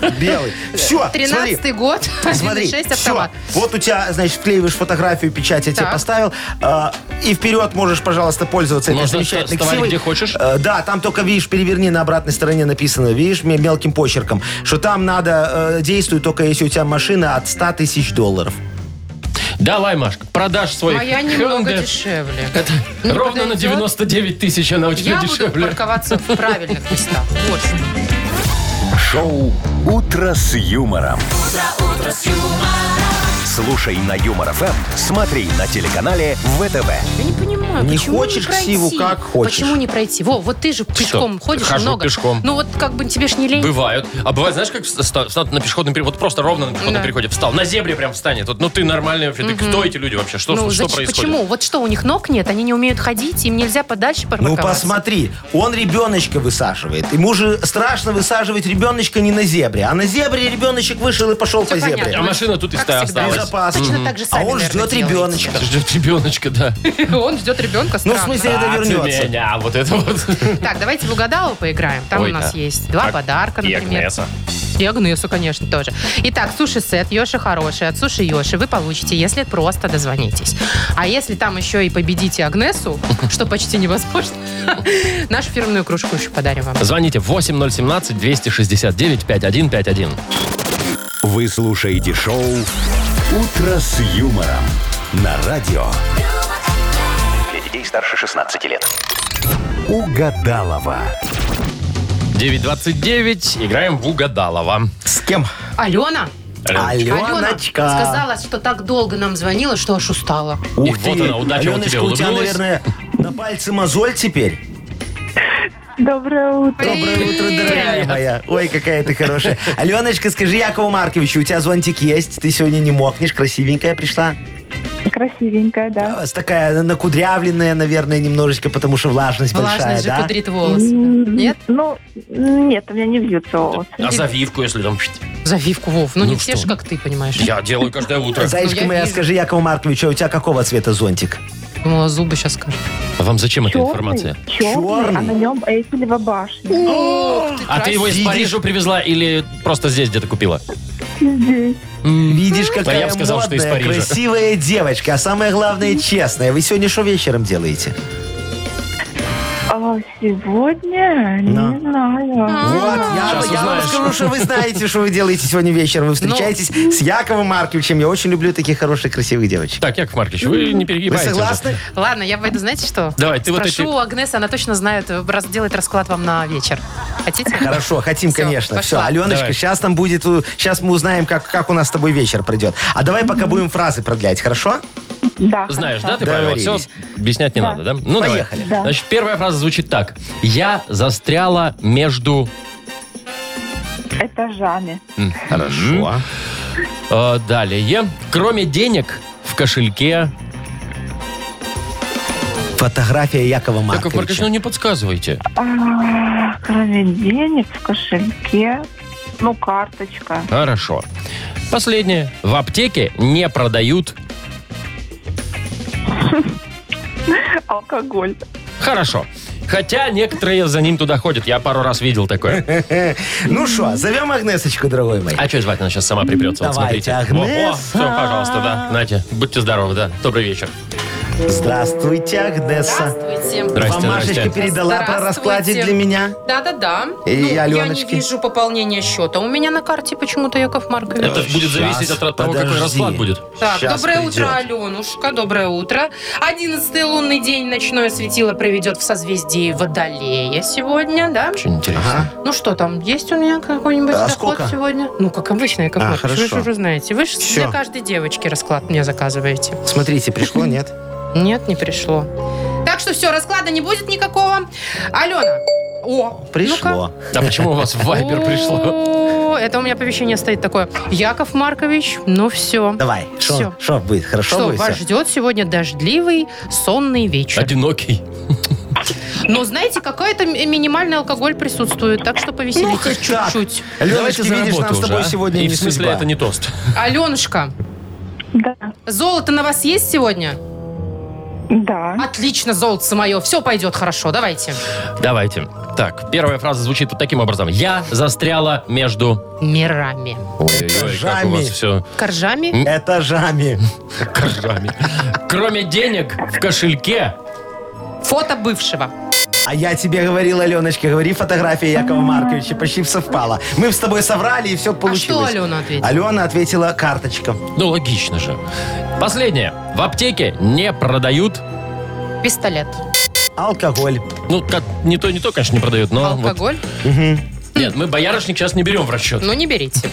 [SPEAKER 2] бе- белый. Все, смотри.
[SPEAKER 1] 13-й год,
[SPEAKER 2] Ну, Смотри,
[SPEAKER 1] 1.6 автомат.
[SPEAKER 2] всё. Вот у тебя, значит, вклеиваешь фотографию, печать я тебе
[SPEAKER 1] Так.
[SPEAKER 2] поставил. э, и вперед можешь, пожалуйста, пользоваться этой
[SPEAKER 3] Можно
[SPEAKER 2] замечательной
[SPEAKER 3] вставать
[SPEAKER 2] ксивой.
[SPEAKER 3] где хочешь?
[SPEAKER 2] Э, да, там только, видишь, переверни на обратной стороне написано, видишь, ме- мелким почерком, что там надо э, действовать только если у тебя машина от 100 тысяч доллоларов.
[SPEAKER 3] Давай, Машка, продашь свой
[SPEAKER 1] Моя немного
[SPEAKER 3] Hyundai.
[SPEAKER 1] дешевле.
[SPEAKER 3] Это
[SPEAKER 1] Не
[SPEAKER 3] ровно на
[SPEAKER 1] подойдет?
[SPEAKER 3] 99 тысяч она у тебя
[SPEAKER 1] Я буду
[SPEAKER 3] дешевле.
[SPEAKER 1] парковаться в правильных местах. Вот что.
[SPEAKER 4] Шоу «Утро с юмором». Слушай на Юмор ФМ, смотри на телеканале ВТВ.
[SPEAKER 1] Я не понимаю,
[SPEAKER 2] Не
[SPEAKER 1] почему
[SPEAKER 2] хочешь
[SPEAKER 1] не
[SPEAKER 2] к
[SPEAKER 1] пройти?
[SPEAKER 2] Сиву, как хочешь.
[SPEAKER 1] Почему не пройти? Во, вот ты же пешком ходишь
[SPEAKER 3] Хожу
[SPEAKER 1] много.
[SPEAKER 3] пешком.
[SPEAKER 1] Ну вот как бы тебе ж не лень.
[SPEAKER 3] Бывают. А бывает, знаешь, как вста- встал на пешеходном переходе, вот просто ровно на пешеходном
[SPEAKER 1] Да.
[SPEAKER 3] переходе встал, на зебре прям встанет. Вот, ну ты нормальный вообще, ты кто эти люди вообще, что,
[SPEAKER 1] ну,
[SPEAKER 3] что
[SPEAKER 1] зач-
[SPEAKER 3] происходит?
[SPEAKER 1] почему? Вот что, у них ног нет, они не умеют ходить, им нельзя подальше
[SPEAKER 2] Ну
[SPEAKER 1] парковаться.
[SPEAKER 2] посмотри, он ребеночка высаживает. Ему же страшно высаживать ребеночка не на зебре. А на зебре ребеночек вышел и пошел по
[SPEAKER 3] А
[SPEAKER 1] понятно.
[SPEAKER 2] зебре.
[SPEAKER 3] машина тут и
[SPEAKER 1] Как
[SPEAKER 3] ста-
[SPEAKER 1] всегда.
[SPEAKER 3] осталась.
[SPEAKER 2] Безопасно.
[SPEAKER 1] Точно так же
[SPEAKER 2] А
[SPEAKER 1] сами,
[SPEAKER 2] он
[SPEAKER 1] наверное,
[SPEAKER 2] ждет
[SPEAKER 1] делаете.
[SPEAKER 2] ребеночка.
[SPEAKER 3] Ждет ребеночка, да.
[SPEAKER 1] Он ждет ребенка,
[SPEAKER 2] Ну, в
[SPEAKER 1] странно.
[SPEAKER 2] смысле, это
[SPEAKER 3] А, ты
[SPEAKER 2] вернется.
[SPEAKER 3] меня, вот это вот.
[SPEAKER 1] Так, давайте в угадалово поиграем. Там
[SPEAKER 3] Ой,
[SPEAKER 1] у нас
[SPEAKER 3] да.
[SPEAKER 1] есть два
[SPEAKER 3] Так,
[SPEAKER 1] подарка,
[SPEAKER 3] И
[SPEAKER 1] например.
[SPEAKER 3] Агнеса.
[SPEAKER 1] И Агнесу, конечно, тоже. Итак, суши-сет Йоши хороший от Суши Йоши вы получите, если просто дозвонитесь. А если там еще и победите Агнесу, что почти невозможно, нашу фирменную кружку еще подарим вам.
[SPEAKER 3] Звоните 8017-269-5151.
[SPEAKER 4] Вы слушаете шоу «Утро с юмором» на радио
[SPEAKER 5] Для детей старше 16 лет.
[SPEAKER 4] «Угадалова».
[SPEAKER 3] 9.29. Играем в Угадалова. Э,
[SPEAKER 2] С кем?
[SPEAKER 1] Алена,
[SPEAKER 2] Аленочка.
[SPEAKER 1] Алена сказала, что так долго нам звонила, что аж устала.
[SPEAKER 2] Ух
[SPEAKER 3] И вот она, удача у
[SPEAKER 2] Аленочка,
[SPEAKER 3] тебя
[SPEAKER 2] у тебя,
[SPEAKER 3] улыбнулась.
[SPEAKER 2] наверное, на пальце мозоль теперь.
[SPEAKER 10] Доброе утро.
[SPEAKER 2] Доброе утро, дорогая моя. Ой, какая ты хорошая. Аленочка, скажи Якову Марковичу, у тебя зонтик есть? Ты сегодня не мокнешь, красивенькая пришла.
[SPEAKER 10] Красивенькая, да.
[SPEAKER 2] Э, Такая накудрявленная, наверное, немножечко, потому что влажность,
[SPEAKER 1] Влажность
[SPEAKER 2] большая,
[SPEAKER 1] же
[SPEAKER 2] да?
[SPEAKER 1] пудрит волосы.
[SPEAKER 10] М,
[SPEAKER 1] Нет?
[SPEAKER 10] Ну, нет, у меня не вьются волосы.
[SPEAKER 3] А завивку, если там... пшт,
[SPEAKER 1] Завивку, Вов. Ну,
[SPEAKER 3] Ну
[SPEAKER 1] не все
[SPEAKER 3] что?
[SPEAKER 1] же, как ты, понимаешь.
[SPEAKER 3] Я делаю каждое утро.
[SPEAKER 2] Зайчка
[SPEAKER 1] Ну, я
[SPEAKER 2] моя,
[SPEAKER 1] вижу.
[SPEAKER 2] скажи Якову Марковичу, а у тебя какого цвета зонтик?
[SPEAKER 1] Думала, зубы сейчас скажут.
[SPEAKER 3] А вам зачем эта
[SPEAKER 10] Черный,
[SPEAKER 3] информация?
[SPEAKER 2] Черный.
[SPEAKER 10] черный, а на нем Эйфелева башня.
[SPEAKER 3] А ты его из
[SPEAKER 2] Видишь?
[SPEAKER 3] Парижа привезла или просто здесь где-то купила?
[SPEAKER 10] Здесь.
[SPEAKER 2] Видишь, какая
[SPEAKER 3] я бы сказал, что
[SPEAKER 2] модная,
[SPEAKER 3] из Парижа.
[SPEAKER 2] красивая девочка, а самое главное, честная. Вы сегодня что вечером делаете?
[SPEAKER 10] А
[SPEAKER 2] Да.
[SPEAKER 10] сегодня не знаю.
[SPEAKER 2] Вот, я,
[SPEAKER 1] А.
[SPEAKER 3] Сейчас
[SPEAKER 2] я вам
[SPEAKER 3] узнаешь.
[SPEAKER 2] скажу, что вы знаете, что вы делаете сегодня вечером. Вы встречаетесь
[SPEAKER 1] Ну.
[SPEAKER 2] с Яковом Марковичем. Я очень люблю таких хороших, красивых девочек.
[SPEAKER 3] Так, Яков Маркович, вы не
[SPEAKER 2] Вы
[SPEAKER 3] перегибаете. уже.
[SPEAKER 2] согласны?
[SPEAKER 1] Ладно, я пойду, знаете что?
[SPEAKER 3] Давай, ты вот
[SPEAKER 1] Спрошу
[SPEAKER 3] эти-
[SPEAKER 1] у Агнесы, она точно знает, э, раз- делает расклад вам на вечер. Хотите?
[SPEAKER 2] Хорошо, хотим,
[SPEAKER 1] Всё,
[SPEAKER 2] конечно.
[SPEAKER 1] пошла.
[SPEAKER 2] Все, Аленочка,
[SPEAKER 3] Давай.
[SPEAKER 2] сейчас там будет, сейчас мы узнаем, как, как у нас с тобой вечер пройдет. А давай пока будем фразы продлять, хорошо?
[SPEAKER 10] Да,
[SPEAKER 3] Знаешь, да,
[SPEAKER 10] хорошо.
[SPEAKER 3] ты правила? Все,
[SPEAKER 2] Договорились.
[SPEAKER 3] объяснять не надо, да? Ну,
[SPEAKER 2] Поехали.
[SPEAKER 3] давай.
[SPEAKER 10] Да.
[SPEAKER 3] Значит, первая фраза звучит так. Я застряла между...
[SPEAKER 10] Этажами.
[SPEAKER 3] Хорошо. Э, далее. Кроме денег в кошельке...
[SPEAKER 2] Фотография Якова
[SPEAKER 3] Яков Маркович, ну
[SPEAKER 2] Марковича.
[SPEAKER 3] не подсказывайте.
[SPEAKER 10] А, кроме денег в кошельке, ну, карточка.
[SPEAKER 3] Хорошо. Последнее. В аптеке не продают...
[SPEAKER 10] Алкоголь.
[SPEAKER 3] Хорошо. Хотя некоторые за ним туда ходят. Я пару раз видел такое.
[SPEAKER 2] Ну что, зовем Агнесочку, дорогой мой.
[SPEAKER 3] А что звать? Она сейчас сама припрется. Вот
[SPEAKER 2] Давайте,
[SPEAKER 3] смотрите.
[SPEAKER 2] Агнеса.
[SPEAKER 3] О, все, пожалуйста, да. Знаете, будьте здоровы, да. Добрый вечер.
[SPEAKER 2] Здравствуйте, Агнеса.
[SPEAKER 1] Здравствуйте.
[SPEAKER 3] Здрасте,
[SPEAKER 2] Вам Машечка
[SPEAKER 3] здрасте.
[SPEAKER 2] передала про раскладе
[SPEAKER 1] Здравствуйте.
[SPEAKER 2] для меня.
[SPEAKER 1] Да-да-да. Ну,
[SPEAKER 2] И
[SPEAKER 1] я не
[SPEAKER 2] Аленочки.
[SPEAKER 1] вижу пополнения счета. У меня на карте почему-то Яков Маркович.
[SPEAKER 3] Это будет зависеть от того, какой
[SPEAKER 2] Э, подожди.
[SPEAKER 3] расклад будет.
[SPEAKER 1] Так,
[SPEAKER 2] Щас
[SPEAKER 1] доброе
[SPEAKER 2] придет.
[SPEAKER 1] утро, Аленушка, доброе утро. Одиннадцатый лунный день ночное светило проведет в созвездии Водолея сегодня, да?
[SPEAKER 3] Очень интересно.
[SPEAKER 2] Ага.
[SPEAKER 1] Ну что там, есть у меня какой-нибудь
[SPEAKER 2] А
[SPEAKER 1] доход
[SPEAKER 2] сколько?
[SPEAKER 1] сегодня? Ну, как обычно, Яков
[SPEAKER 2] А,
[SPEAKER 1] Маркович, вы
[SPEAKER 2] хорошо.
[SPEAKER 1] же уже знаете. Вы же
[SPEAKER 2] Всё.
[SPEAKER 1] для каждой девочки расклад мне заказываете.
[SPEAKER 2] Смотрите, пришло, нет?
[SPEAKER 1] Нет, не пришло. Так что все, расклада не будет никакого. Алена. О, ну-ка.
[SPEAKER 2] Пришло.
[SPEAKER 3] А почему у вас в Вайбер пришло?
[SPEAKER 1] О, Это у меня оповещение стоит такое. Яков Маркович, ну все.
[SPEAKER 2] Давай,
[SPEAKER 1] Всё.
[SPEAKER 2] что будет? Хорошо
[SPEAKER 1] Что
[SPEAKER 2] будет?
[SPEAKER 1] вас
[SPEAKER 2] всё?
[SPEAKER 1] ждет сегодня дождливый, сонный вечер.
[SPEAKER 3] Одинокий.
[SPEAKER 1] Но знаете, какой-то ми- минимальный алкоголь присутствует, так что
[SPEAKER 2] Ну,
[SPEAKER 1] повеселитесь
[SPEAKER 2] хоть так.
[SPEAKER 1] чуть-чуть.
[SPEAKER 2] Аленочка,
[SPEAKER 3] Давайте за
[SPEAKER 2] видишь, нам
[SPEAKER 3] работу
[SPEAKER 2] с тобой
[SPEAKER 3] уже, а?
[SPEAKER 2] сегодня
[SPEAKER 3] И
[SPEAKER 2] не
[SPEAKER 3] в смысле
[SPEAKER 2] судьба.
[SPEAKER 3] это не тост.
[SPEAKER 1] Аленушка,
[SPEAKER 10] Да,
[SPEAKER 1] золото на вас есть сегодня?
[SPEAKER 10] да.
[SPEAKER 1] Отлично, золото мое, все пойдет хорошо, давайте.
[SPEAKER 3] Давайте. Так, первая фраза звучит вот таким образом. Я застряла между...
[SPEAKER 1] Мирами.
[SPEAKER 3] Ой-ой-ой, как у
[SPEAKER 2] Коржами.
[SPEAKER 3] вас все
[SPEAKER 1] Коржами?
[SPEAKER 2] Этажами.
[SPEAKER 3] коржами. Кроме денег в кошельке...
[SPEAKER 1] Фото бывшего.
[SPEAKER 2] А я тебе говорил, Аленочка, говори фотография Якова Марковича, почти совпала. Мы с тобой соврали, и все
[SPEAKER 1] М-м. А
[SPEAKER 2] получилось.
[SPEAKER 1] что Алена ответила?
[SPEAKER 2] Алена ответила карточка.
[SPEAKER 3] Ну, логично же. Последнее. В аптеке не продают...
[SPEAKER 1] Пистолет.
[SPEAKER 2] Алкоголь. А,
[SPEAKER 3] Ну, как не то, не то, конечно, не продают, но... вот
[SPEAKER 1] Алкоголь?
[SPEAKER 3] Нет, мы боярышник сейчас не берем в расчет.
[SPEAKER 1] Ну, не берите.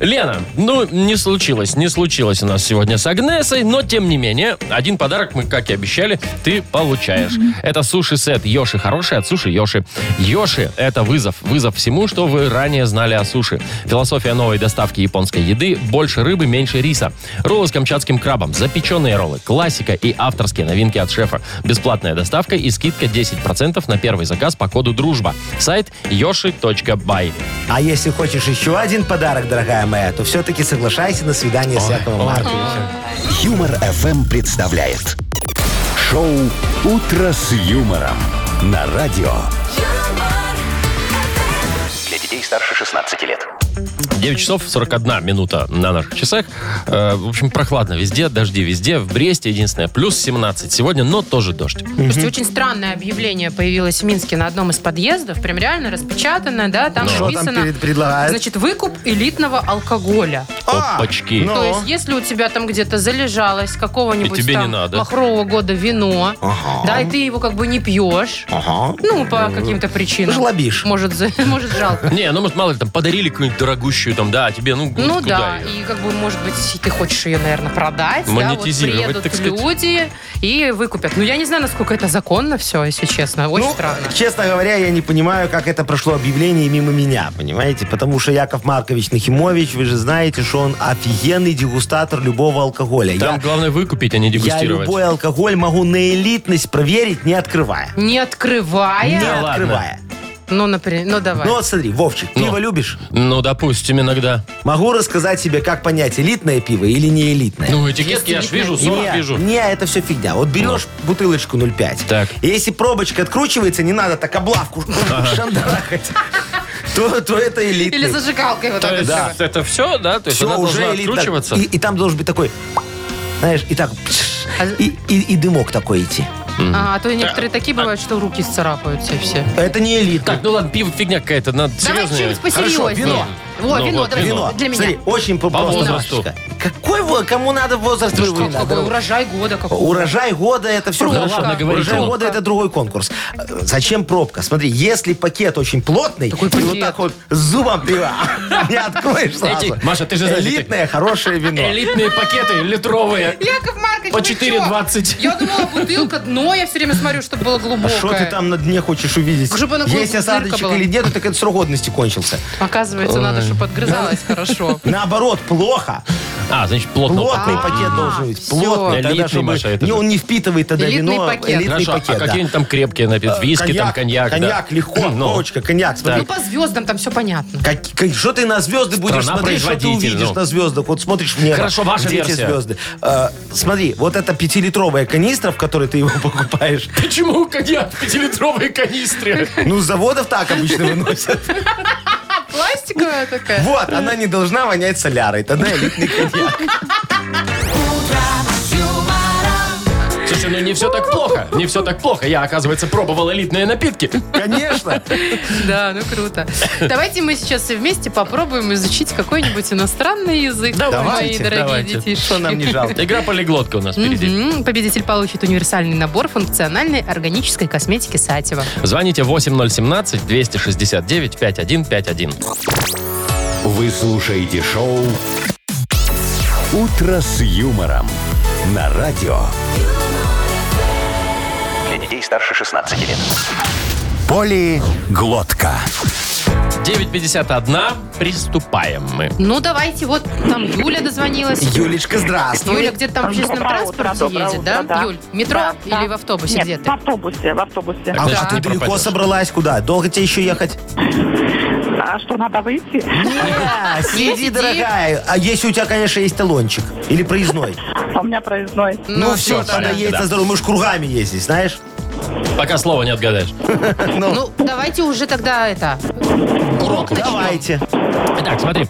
[SPEAKER 3] Лена, ну, не случилось, не случилось у нас сегодня с Агнесой, но, тем не менее, один подарок мы, как и обещали, ты получаешь. Это суши-сет Йоши Хороший от Суши Йоши. Йоши – это вызов, вызов всему, что вы ранее знали о суши. Философия новой доставки японской еды – больше рыбы, меньше риса. Роллы с камчатским крабом, запеченные роллы, классика и авторские новинки от шефа. Бесплатная доставка и скидка 10% на первый заказ по коду «Дружба». Сайт yoshi.by.
[SPEAKER 2] А если хочешь еще один подарок, дорогая моя, то все-таки соглашайся на свидание с Яковом Марковичем.
[SPEAKER 4] Юмор FM представляет шоу Утро с юмором на радио.
[SPEAKER 5] Для детей старше 16 лет.
[SPEAKER 3] 9 часов 41 минута на наших часах. Э, в общем, прохладно везде, дожди везде. В Бресте единственное, плюс 17 сегодня, но тоже дождь.
[SPEAKER 1] Слушайте, очень странное объявление появилось в Минске на одном из подъездов. Прям реально распечатанное, да, там
[SPEAKER 2] Что там
[SPEAKER 1] написано...
[SPEAKER 2] перед- предлагают?
[SPEAKER 1] Значит, выкуп элитного алкоголя.
[SPEAKER 2] А,
[SPEAKER 3] Опачки.
[SPEAKER 2] ну.
[SPEAKER 1] То есть, если у тебя там где-то залежалось какого-нибудь
[SPEAKER 3] И тебе не
[SPEAKER 1] там
[SPEAKER 3] надо.
[SPEAKER 1] махрового года вино, да, и ты его как бы не пьешь,
[SPEAKER 2] Ага.
[SPEAKER 1] ну, по каким-то причинам.
[SPEAKER 2] Жлобишь.
[SPEAKER 1] Может, за- может жалко.
[SPEAKER 3] Не, ну, может, мало ли, там, подарили какую-нибудь дорогущую, там, да, а тебе, ну,
[SPEAKER 1] Ну
[SPEAKER 3] куда
[SPEAKER 1] да,
[SPEAKER 3] её?
[SPEAKER 1] и как бы, может быть, ты хочешь ее, наверное, продать. да, вот
[SPEAKER 3] Монетизировать,
[SPEAKER 1] приедут
[SPEAKER 3] так сказать.
[SPEAKER 1] люди и выкупят. Ну, я не знаю, насколько это законно все, если честно. Очень
[SPEAKER 2] Ну,
[SPEAKER 1] странно.
[SPEAKER 2] честно говоря, я не понимаю, как это прошло объявление мимо меня, понимаете? Потому что Яков Маркович Нахимович, вы же знаете, что он офигенный дегустатор любого алкоголя.
[SPEAKER 3] Там
[SPEAKER 2] Я-
[SPEAKER 3] главное выкупить, а не
[SPEAKER 2] я,
[SPEAKER 3] дегустировать.
[SPEAKER 2] любой алкоголь могу на элитность проверить, не открывая.
[SPEAKER 1] Не открывая.
[SPEAKER 2] не
[SPEAKER 3] Да ладно.
[SPEAKER 2] открывая.
[SPEAKER 1] Ну, например, ну давай.
[SPEAKER 2] Ну вот смотри, Вовчик,
[SPEAKER 3] Ну.
[SPEAKER 2] пиво любишь?
[SPEAKER 3] Ну, допустим, иногда.
[SPEAKER 2] Могу рассказать тебе, как понять, элитное пиво или не элитное.
[SPEAKER 3] Ну, этикетки я ж вижу, сок
[SPEAKER 2] не,
[SPEAKER 3] вижу. Ну.
[SPEAKER 2] не, это все фигня. Вот берешь бутылочку 0,5.
[SPEAKER 3] Так.
[SPEAKER 2] И Если пробочка откручивается, не надо так облавку шандарахать. То, то это элитный.
[SPEAKER 1] Или зажигалкой вот
[SPEAKER 3] То
[SPEAKER 1] так.
[SPEAKER 3] есть
[SPEAKER 2] да.
[SPEAKER 3] это все, да? То есть
[SPEAKER 2] Всё,
[SPEAKER 3] она должна
[SPEAKER 2] элитно.
[SPEAKER 3] откручиваться?
[SPEAKER 2] И, и там должен быть такой, знаешь, и так, пш,
[SPEAKER 1] А-
[SPEAKER 2] и, и- и дымок такой идти.
[SPEAKER 1] А, а то некоторые такие бывают, что руки сцарапаются все.
[SPEAKER 2] Это не элитно.
[SPEAKER 3] Так, ну ладно, пиво фигня какая-то, надо
[SPEAKER 1] Давай
[SPEAKER 3] серьезнее.
[SPEAKER 1] что-нибудь посерьезнее.
[SPEAKER 2] Хорошо, вино.
[SPEAKER 1] Во,
[SPEAKER 3] Ну,
[SPEAKER 1] вино,
[SPEAKER 3] вот
[SPEAKER 1] давай
[SPEAKER 3] вино.
[SPEAKER 1] для меня.
[SPEAKER 2] Смотри, очень по-
[SPEAKER 3] По
[SPEAKER 2] просто.
[SPEAKER 3] возрасту. Ну
[SPEAKER 2] Машечка. Какой, во- кому надо возраст
[SPEAKER 1] Какой
[SPEAKER 2] выбрать надо?
[SPEAKER 1] урожай года какой.
[SPEAKER 2] Урожай года это все
[SPEAKER 1] Пробка.
[SPEAKER 2] хорошо.
[SPEAKER 1] Ладно,
[SPEAKER 3] говорите,
[SPEAKER 2] Урожай
[SPEAKER 3] пробка.
[SPEAKER 2] года это другой конкурс. Э, Зачем пробка? Смотри, если пакет очень плотный,
[SPEAKER 1] Такой
[SPEAKER 2] ты вот
[SPEAKER 1] пакет.
[SPEAKER 2] так вот с зубом ты а, не откроешь сразу.
[SPEAKER 3] Эти- Маша, ты же знаешь,
[SPEAKER 2] Элитное, хорошее вино.
[SPEAKER 3] Элитные пакеты литровые.
[SPEAKER 1] Яков Маркович,
[SPEAKER 3] По
[SPEAKER 1] вы
[SPEAKER 3] 4,20.
[SPEAKER 1] чё? Я думала, бутылка дно, я все время смотрю, чтобы было
[SPEAKER 2] А
[SPEAKER 1] глубокое.
[SPEAKER 2] что ты там на дне хочешь увидеть?
[SPEAKER 1] Чтобы она
[SPEAKER 2] Есть
[SPEAKER 1] глубокая дырка
[SPEAKER 2] осадочек
[SPEAKER 1] была.
[SPEAKER 2] или нет, так это срок годности кончился.
[SPEAKER 1] Оказывается, надо, чтобы отгрызалась хорошо.
[SPEAKER 2] Наоборот, плохо.
[SPEAKER 3] А, значит, плотно.
[SPEAKER 2] Плотный
[SPEAKER 3] упакован.
[SPEAKER 2] пакет должен быть.
[SPEAKER 1] всё.
[SPEAKER 2] Плотный.
[SPEAKER 3] Элитный,
[SPEAKER 2] Тогда, чтобы
[SPEAKER 3] Маша, это
[SPEAKER 2] не,
[SPEAKER 3] же-
[SPEAKER 2] он не впитывает тогда
[SPEAKER 1] Элитный
[SPEAKER 2] вино.
[SPEAKER 1] пакет.
[SPEAKER 2] Элитный
[SPEAKER 3] Хорошо,
[SPEAKER 2] пакет,
[SPEAKER 3] а
[SPEAKER 2] да.
[SPEAKER 3] какие-нибудь там крепкие напитки? Виски, там коньяк, да.
[SPEAKER 2] Э, Коньяк, легко.
[SPEAKER 3] Ну.
[SPEAKER 2] Вовочка, коньяк. Смотри,
[SPEAKER 1] Ну, по звездам там все понятно.
[SPEAKER 2] Как, как- что ты на звезды будешь
[SPEAKER 3] Страна
[SPEAKER 2] смотреть, что ты
[SPEAKER 3] производитель,
[SPEAKER 2] увидишь
[SPEAKER 3] ну.
[SPEAKER 2] на звездах? Вот смотришь мне.
[SPEAKER 3] Хорошо, ваша
[SPEAKER 2] где эти
[SPEAKER 3] версия.
[SPEAKER 2] звезды? Э, смотри, вот эта пятилитровая канистра, в которой ты его покупаешь,
[SPEAKER 3] Почему коньяк в пятилитровой канистре?
[SPEAKER 2] ну, с заводов так обычно выносят.
[SPEAKER 1] Пластиковая такая.
[SPEAKER 2] Вот, она не должна вонять солярой. Тогда элитный коньяк.
[SPEAKER 3] Слушай, ну не все так плохо. Не все так плохо. Я, оказывается, пробовал элитные напитки.
[SPEAKER 2] Конечно.
[SPEAKER 1] Да, ну круто. Давайте мы сейчас все вместе попробуем изучить какой-нибудь иностранный язык. мои
[SPEAKER 2] Давайте,
[SPEAKER 1] дорогие
[SPEAKER 3] давайте.
[SPEAKER 1] детишки.
[SPEAKER 2] Что нам не жалко.
[SPEAKER 3] Игра полиглотка у нас впереди.
[SPEAKER 1] Мгм. Победитель получит универсальный набор функциональной органической косметики Сатева.
[SPEAKER 3] Звоните 8017-269-5151.
[SPEAKER 4] Вы слушаете шоу Утро с юмором на радио.
[SPEAKER 5] Для детей старше 16 лет.
[SPEAKER 4] Поли глотка.
[SPEAKER 3] 9.51. Приступаем мы.
[SPEAKER 1] Ну, давайте, вот там Юля дозвонилась. Ну,
[SPEAKER 2] Юлечка,
[SPEAKER 1] Юля
[SPEAKER 2] здравствуй.
[SPEAKER 1] где-то там в общественном
[SPEAKER 6] Доброе утро,
[SPEAKER 1] транспорте
[SPEAKER 6] доброе
[SPEAKER 1] едет, да?
[SPEAKER 6] утро, да.
[SPEAKER 1] Юль, в метро
[SPEAKER 6] Да, да.
[SPEAKER 1] или в автобусе
[SPEAKER 6] Нет, в
[SPEAKER 1] где-то?
[SPEAKER 6] автобусе, в автобусе.
[SPEAKER 3] Так,
[SPEAKER 2] А
[SPEAKER 3] значит,
[SPEAKER 2] вот ты
[SPEAKER 3] не
[SPEAKER 2] далеко
[SPEAKER 3] пропадешь.
[SPEAKER 2] собралась куда? Долго тебе еще ехать?
[SPEAKER 6] А что, надо выйти?
[SPEAKER 2] Не,
[SPEAKER 1] сиди.
[SPEAKER 2] Сиди, дорогая. А если у тебя, конечно, есть талончик или проездной.
[SPEAKER 6] А у меня проездной.
[SPEAKER 2] Ну все,
[SPEAKER 3] всё,
[SPEAKER 2] тогда
[SPEAKER 3] понятно,
[SPEAKER 2] едь
[SPEAKER 3] да.
[SPEAKER 2] на здоровье. Мы ж кругами ездить, знаешь?
[SPEAKER 3] Пока слова не отгадаешь.
[SPEAKER 1] Ну, давайте уже тогда это... Урок начнем.
[SPEAKER 2] Давайте.
[SPEAKER 3] Итак, смотри.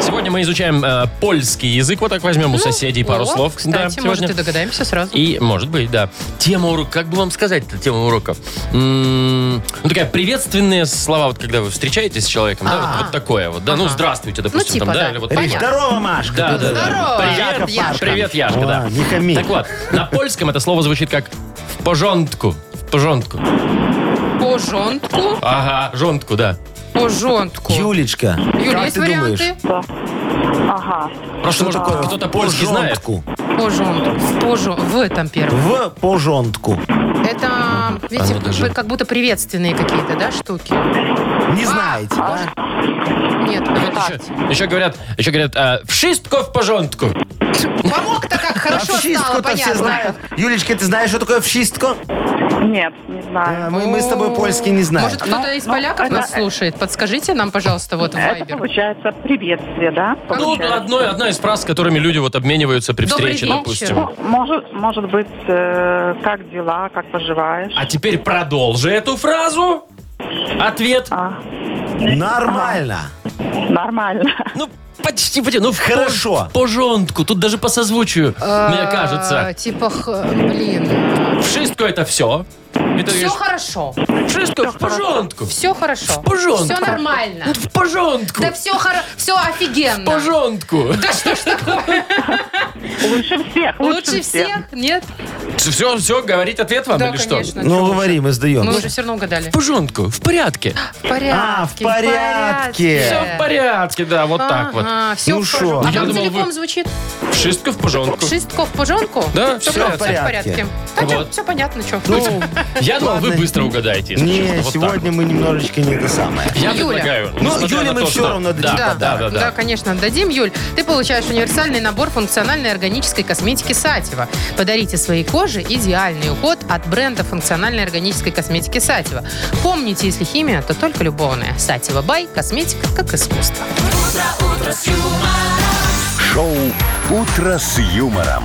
[SPEAKER 3] Сегодня мы изучаем э, польский язык. Вот так возьмем у
[SPEAKER 1] Ну,
[SPEAKER 3] соседей пару
[SPEAKER 1] о,
[SPEAKER 3] слов. Да,
[SPEAKER 1] Кстати, может,
[SPEAKER 3] сегодня.
[SPEAKER 1] и догадаемся сразу.
[SPEAKER 3] И, может быть, да. Тема урока, как бы вам сказать тема урока? М, ну, такая приветственные слова, вот когда вы встречаетесь с человеком, да, вот, вот такое вот, да, ну, здравствуйте, допустим,
[SPEAKER 1] типа,
[SPEAKER 3] там, да,
[SPEAKER 1] да.
[SPEAKER 3] или вот
[SPEAKER 2] Рич,
[SPEAKER 1] Понятно.
[SPEAKER 2] здорово, Машка.
[SPEAKER 3] Да, да, да.
[SPEAKER 1] Здорово,
[SPEAKER 3] Привет,
[SPEAKER 1] Яков
[SPEAKER 3] Яшка.
[SPEAKER 1] Маркович.
[SPEAKER 3] Привет, Яшка,
[SPEAKER 2] О,
[SPEAKER 3] да.
[SPEAKER 2] не хами.
[SPEAKER 3] Так вот, на польском это слово звучит как в пожонтку. В пожонтку.
[SPEAKER 1] По жонтку.
[SPEAKER 3] Ага, жонтку, да.
[SPEAKER 1] По жонтку.
[SPEAKER 2] Юлечка,
[SPEAKER 1] Юль,
[SPEAKER 2] как
[SPEAKER 1] есть
[SPEAKER 2] ты
[SPEAKER 1] варианты?
[SPEAKER 2] думаешь?
[SPEAKER 6] Ага.
[SPEAKER 3] Просто, может, кто-то польский знает.
[SPEAKER 2] Пожонтку.
[SPEAKER 1] По жонтку. По жон- В там первый.
[SPEAKER 2] В пожонтку.
[SPEAKER 1] Это, видите,
[SPEAKER 3] Оно А ну даже-
[SPEAKER 1] вы как будто приветственные какие-то, да, штуки?
[SPEAKER 2] Не знаете, да?
[SPEAKER 1] Нет, вот так.
[SPEAKER 3] Еще, еще говорят, еще говорят, а, «Вшистко в пожонтку.
[SPEAKER 1] Помог-то как хорошо стало,
[SPEAKER 2] Вшистку-то все
[SPEAKER 1] понятно.
[SPEAKER 2] знают. Юлечка, ты знаешь, что такое вшистко?
[SPEAKER 6] Нет, не знаю.
[SPEAKER 2] А, Мы, мы с тобой польский не знаем.
[SPEAKER 1] ну, Может, кто-то из
[SPEAKER 6] ну,
[SPEAKER 1] поляков
[SPEAKER 6] это- Э,
[SPEAKER 1] нас слушает? Подскажите нам, пожалуйста, вот в
[SPEAKER 6] Это
[SPEAKER 1] Viber.
[SPEAKER 6] получается приветствие, да?
[SPEAKER 3] Ну,
[SPEAKER 6] Получается.
[SPEAKER 3] одно, одна из фраз, которыми люди вот обмениваются при
[SPEAKER 1] Добрый
[SPEAKER 3] встрече,
[SPEAKER 1] вечер.
[SPEAKER 3] допустим.
[SPEAKER 6] Ну, может, может быть, э, как дела, как поживаешь?
[SPEAKER 3] А теперь продолжи эту фразу. Ответ.
[SPEAKER 6] А,
[SPEAKER 2] Нормально.
[SPEAKER 6] нормально.
[SPEAKER 3] Ну, почти, почти. Ну, в пож-
[SPEAKER 2] Хорошо.
[SPEAKER 3] в пожонтку. Тут даже по созвучию, мне
[SPEAKER 1] А,
[SPEAKER 3] кажется.
[SPEAKER 1] Типа, х- блин,
[SPEAKER 3] Вшистко это все. И ты
[SPEAKER 1] все
[SPEAKER 3] говоришь,
[SPEAKER 1] хорошо,
[SPEAKER 3] вшистко в пожонтку.
[SPEAKER 1] все хорошо.
[SPEAKER 3] В пожонку.
[SPEAKER 1] Все нормально.
[SPEAKER 3] Вот В пожонтку.
[SPEAKER 1] Да все хоро... все
[SPEAKER 3] В
[SPEAKER 1] офигенно.
[SPEAKER 3] пожонтку.
[SPEAKER 1] Да что ж такое?
[SPEAKER 6] Лучше всех, лучше,
[SPEAKER 1] Лучше всех? Нет?
[SPEAKER 3] Все, все, говорить ответ вам
[SPEAKER 1] Да,
[SPEAKER 3] А или что?
[SPEAKER 1] конечно.
[SPEAKER 2] Ну,
[SPEAKER 1] чего
[SPEAKER 2] говори, мы
[SPEAKER 1] же.
[SPEAKER 2] сдаем.
[SPEAKER 1] Мы уже все равно угадали.
[SPEAKER 3] В пожонтку, в порядке.
[SPEAKER 1] В порядке.
[SPEAKER 2] А, в
[SPEAKER 1] Э.
[SPEAKER 2] порядке.
[SPEAKER 3] Все в порядке, да, вот так вот.
[SPEAKER 1] все
[SPEAKER 2] Ну
[SPEAKER 1] в
[SPEAKER 2] шо?
[SPEAKER 1] пожонку. А
[SPEAKER 3] Я
[SPEAKER 1] там
[SPEAKER 3] думал,
[SPEAKER 1] телефон
[SPEAKER 3] вы-
[SPEAKER 1] звучит.
[SPEAKER 3] Вшистко в пожонтку.
[SPEAKER 1] Шистко в пожонку?
[SPEAKER 3] Да,
[SPEAKER 1] все,
[SPEAKER 3] всё
[SPEAKER 1] в
[SPEAKER 3] в
[SPEAKER 2] порядке.
[SPEAKER 1] порядке. Хотя
[SPEAKER 3] Вот.
[SPEAKER 1] все понятно, что.
[SPEAKER 2] Ну,
[SPEAKER 3] Я думал, вы
[SPEAKER 2] Ладно.
[SPEAKER 3] быстро угадаете. если честно,
[SPEAKER 2] не,
[SPEAKER 3] ну, вот так
[SPEAKER 2] сегодня мы немножечко не это самое.
[SPEAKER 3] вот. Я
[SPEAKER 1] Юля.
[SPEAKER 3] предлагаю.
[SPEAKER 2] Ну,
[SPEAKER 3] несмотря
[SPEAKER 2] Юле
[SPEAKER 3] на
[SPEAKER 2] мы
[SPEAKER 3] то,
[SPEAKER 2] всё
[SPEAKER 3] что-
[SPEAKER 2] равно дадим
[SPEAKER 3] да,
[SPEAKER 1] Да,
[SPEAKER 3] да, да, да.
[SPEAKER 1] конечно, дадим, Юль. Ты получаешь универсальный набор функциональной органической косметики Сатьева. Подарите своей коже идеальный уход от бренда функциональной органической косметики Сатьева. Помните, если химия, то только любовная. Сатьева Бай. Косметика как искусство.
[SPEAKER 4] Шоу «Утро с юмором».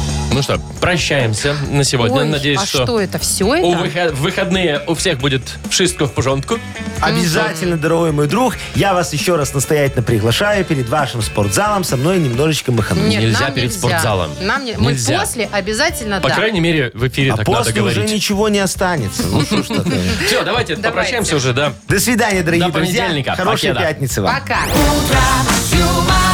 [SPEAKER 3] Ну что, прощаемся на сегодня.
[SPEAKER 1] Ой,
[SPEAKER 3] Надеюсь,
[SPEAKER 1] а что, это? Все это?
[SPEAKER 3] у выход- в выходные у всех будет вшистко в пожонтку.
[SPEAKER 2] Обязательно, дорогой мой друг, я вас еще раз настоятельно приглашаю перед вашим спортзалом со мной немножечко махануть.
[SPEAKER 1] Нет,
[SPEAKER 3] Нельзя
[SPEAKER 1] нам
[SPEAKER 3] перед спортзалом.
[SPEAKER 1] Нам не- Мы
[SPEAKER 3] Нельзя.
[SPEAKER 1] после обязательно,
[SPEAKER 3] По
[SPEAKER 1] да.
[SPEAKER 3] крайней мере, в эфире
[SPEAKER 2] А
[SPEAKER 3] так надо
[SPEAKER 2] после уже
[SPEAKER 3] говорить.
[SPEAKER 2] ничего не останется. Ну, что ж такое.
[SPEAKER 3] Все, давайте,
[SPEAKER 1] Давайте.
[SPEAKER 3] попрощаемся уже, да.
[SPEAKER 2] До свидания, дорогие
[SPEAKER 3] До
[SPEAKER 2] друзья.
[SPEAKER 3] понедельника.
[SPEAKER 2] Хорошей
[SPEAKER 3] Покеда.
[SPEAKER 2] пятницы вам.
[SPEAKER 1] Пока.
[SPEAKER 11] юмор.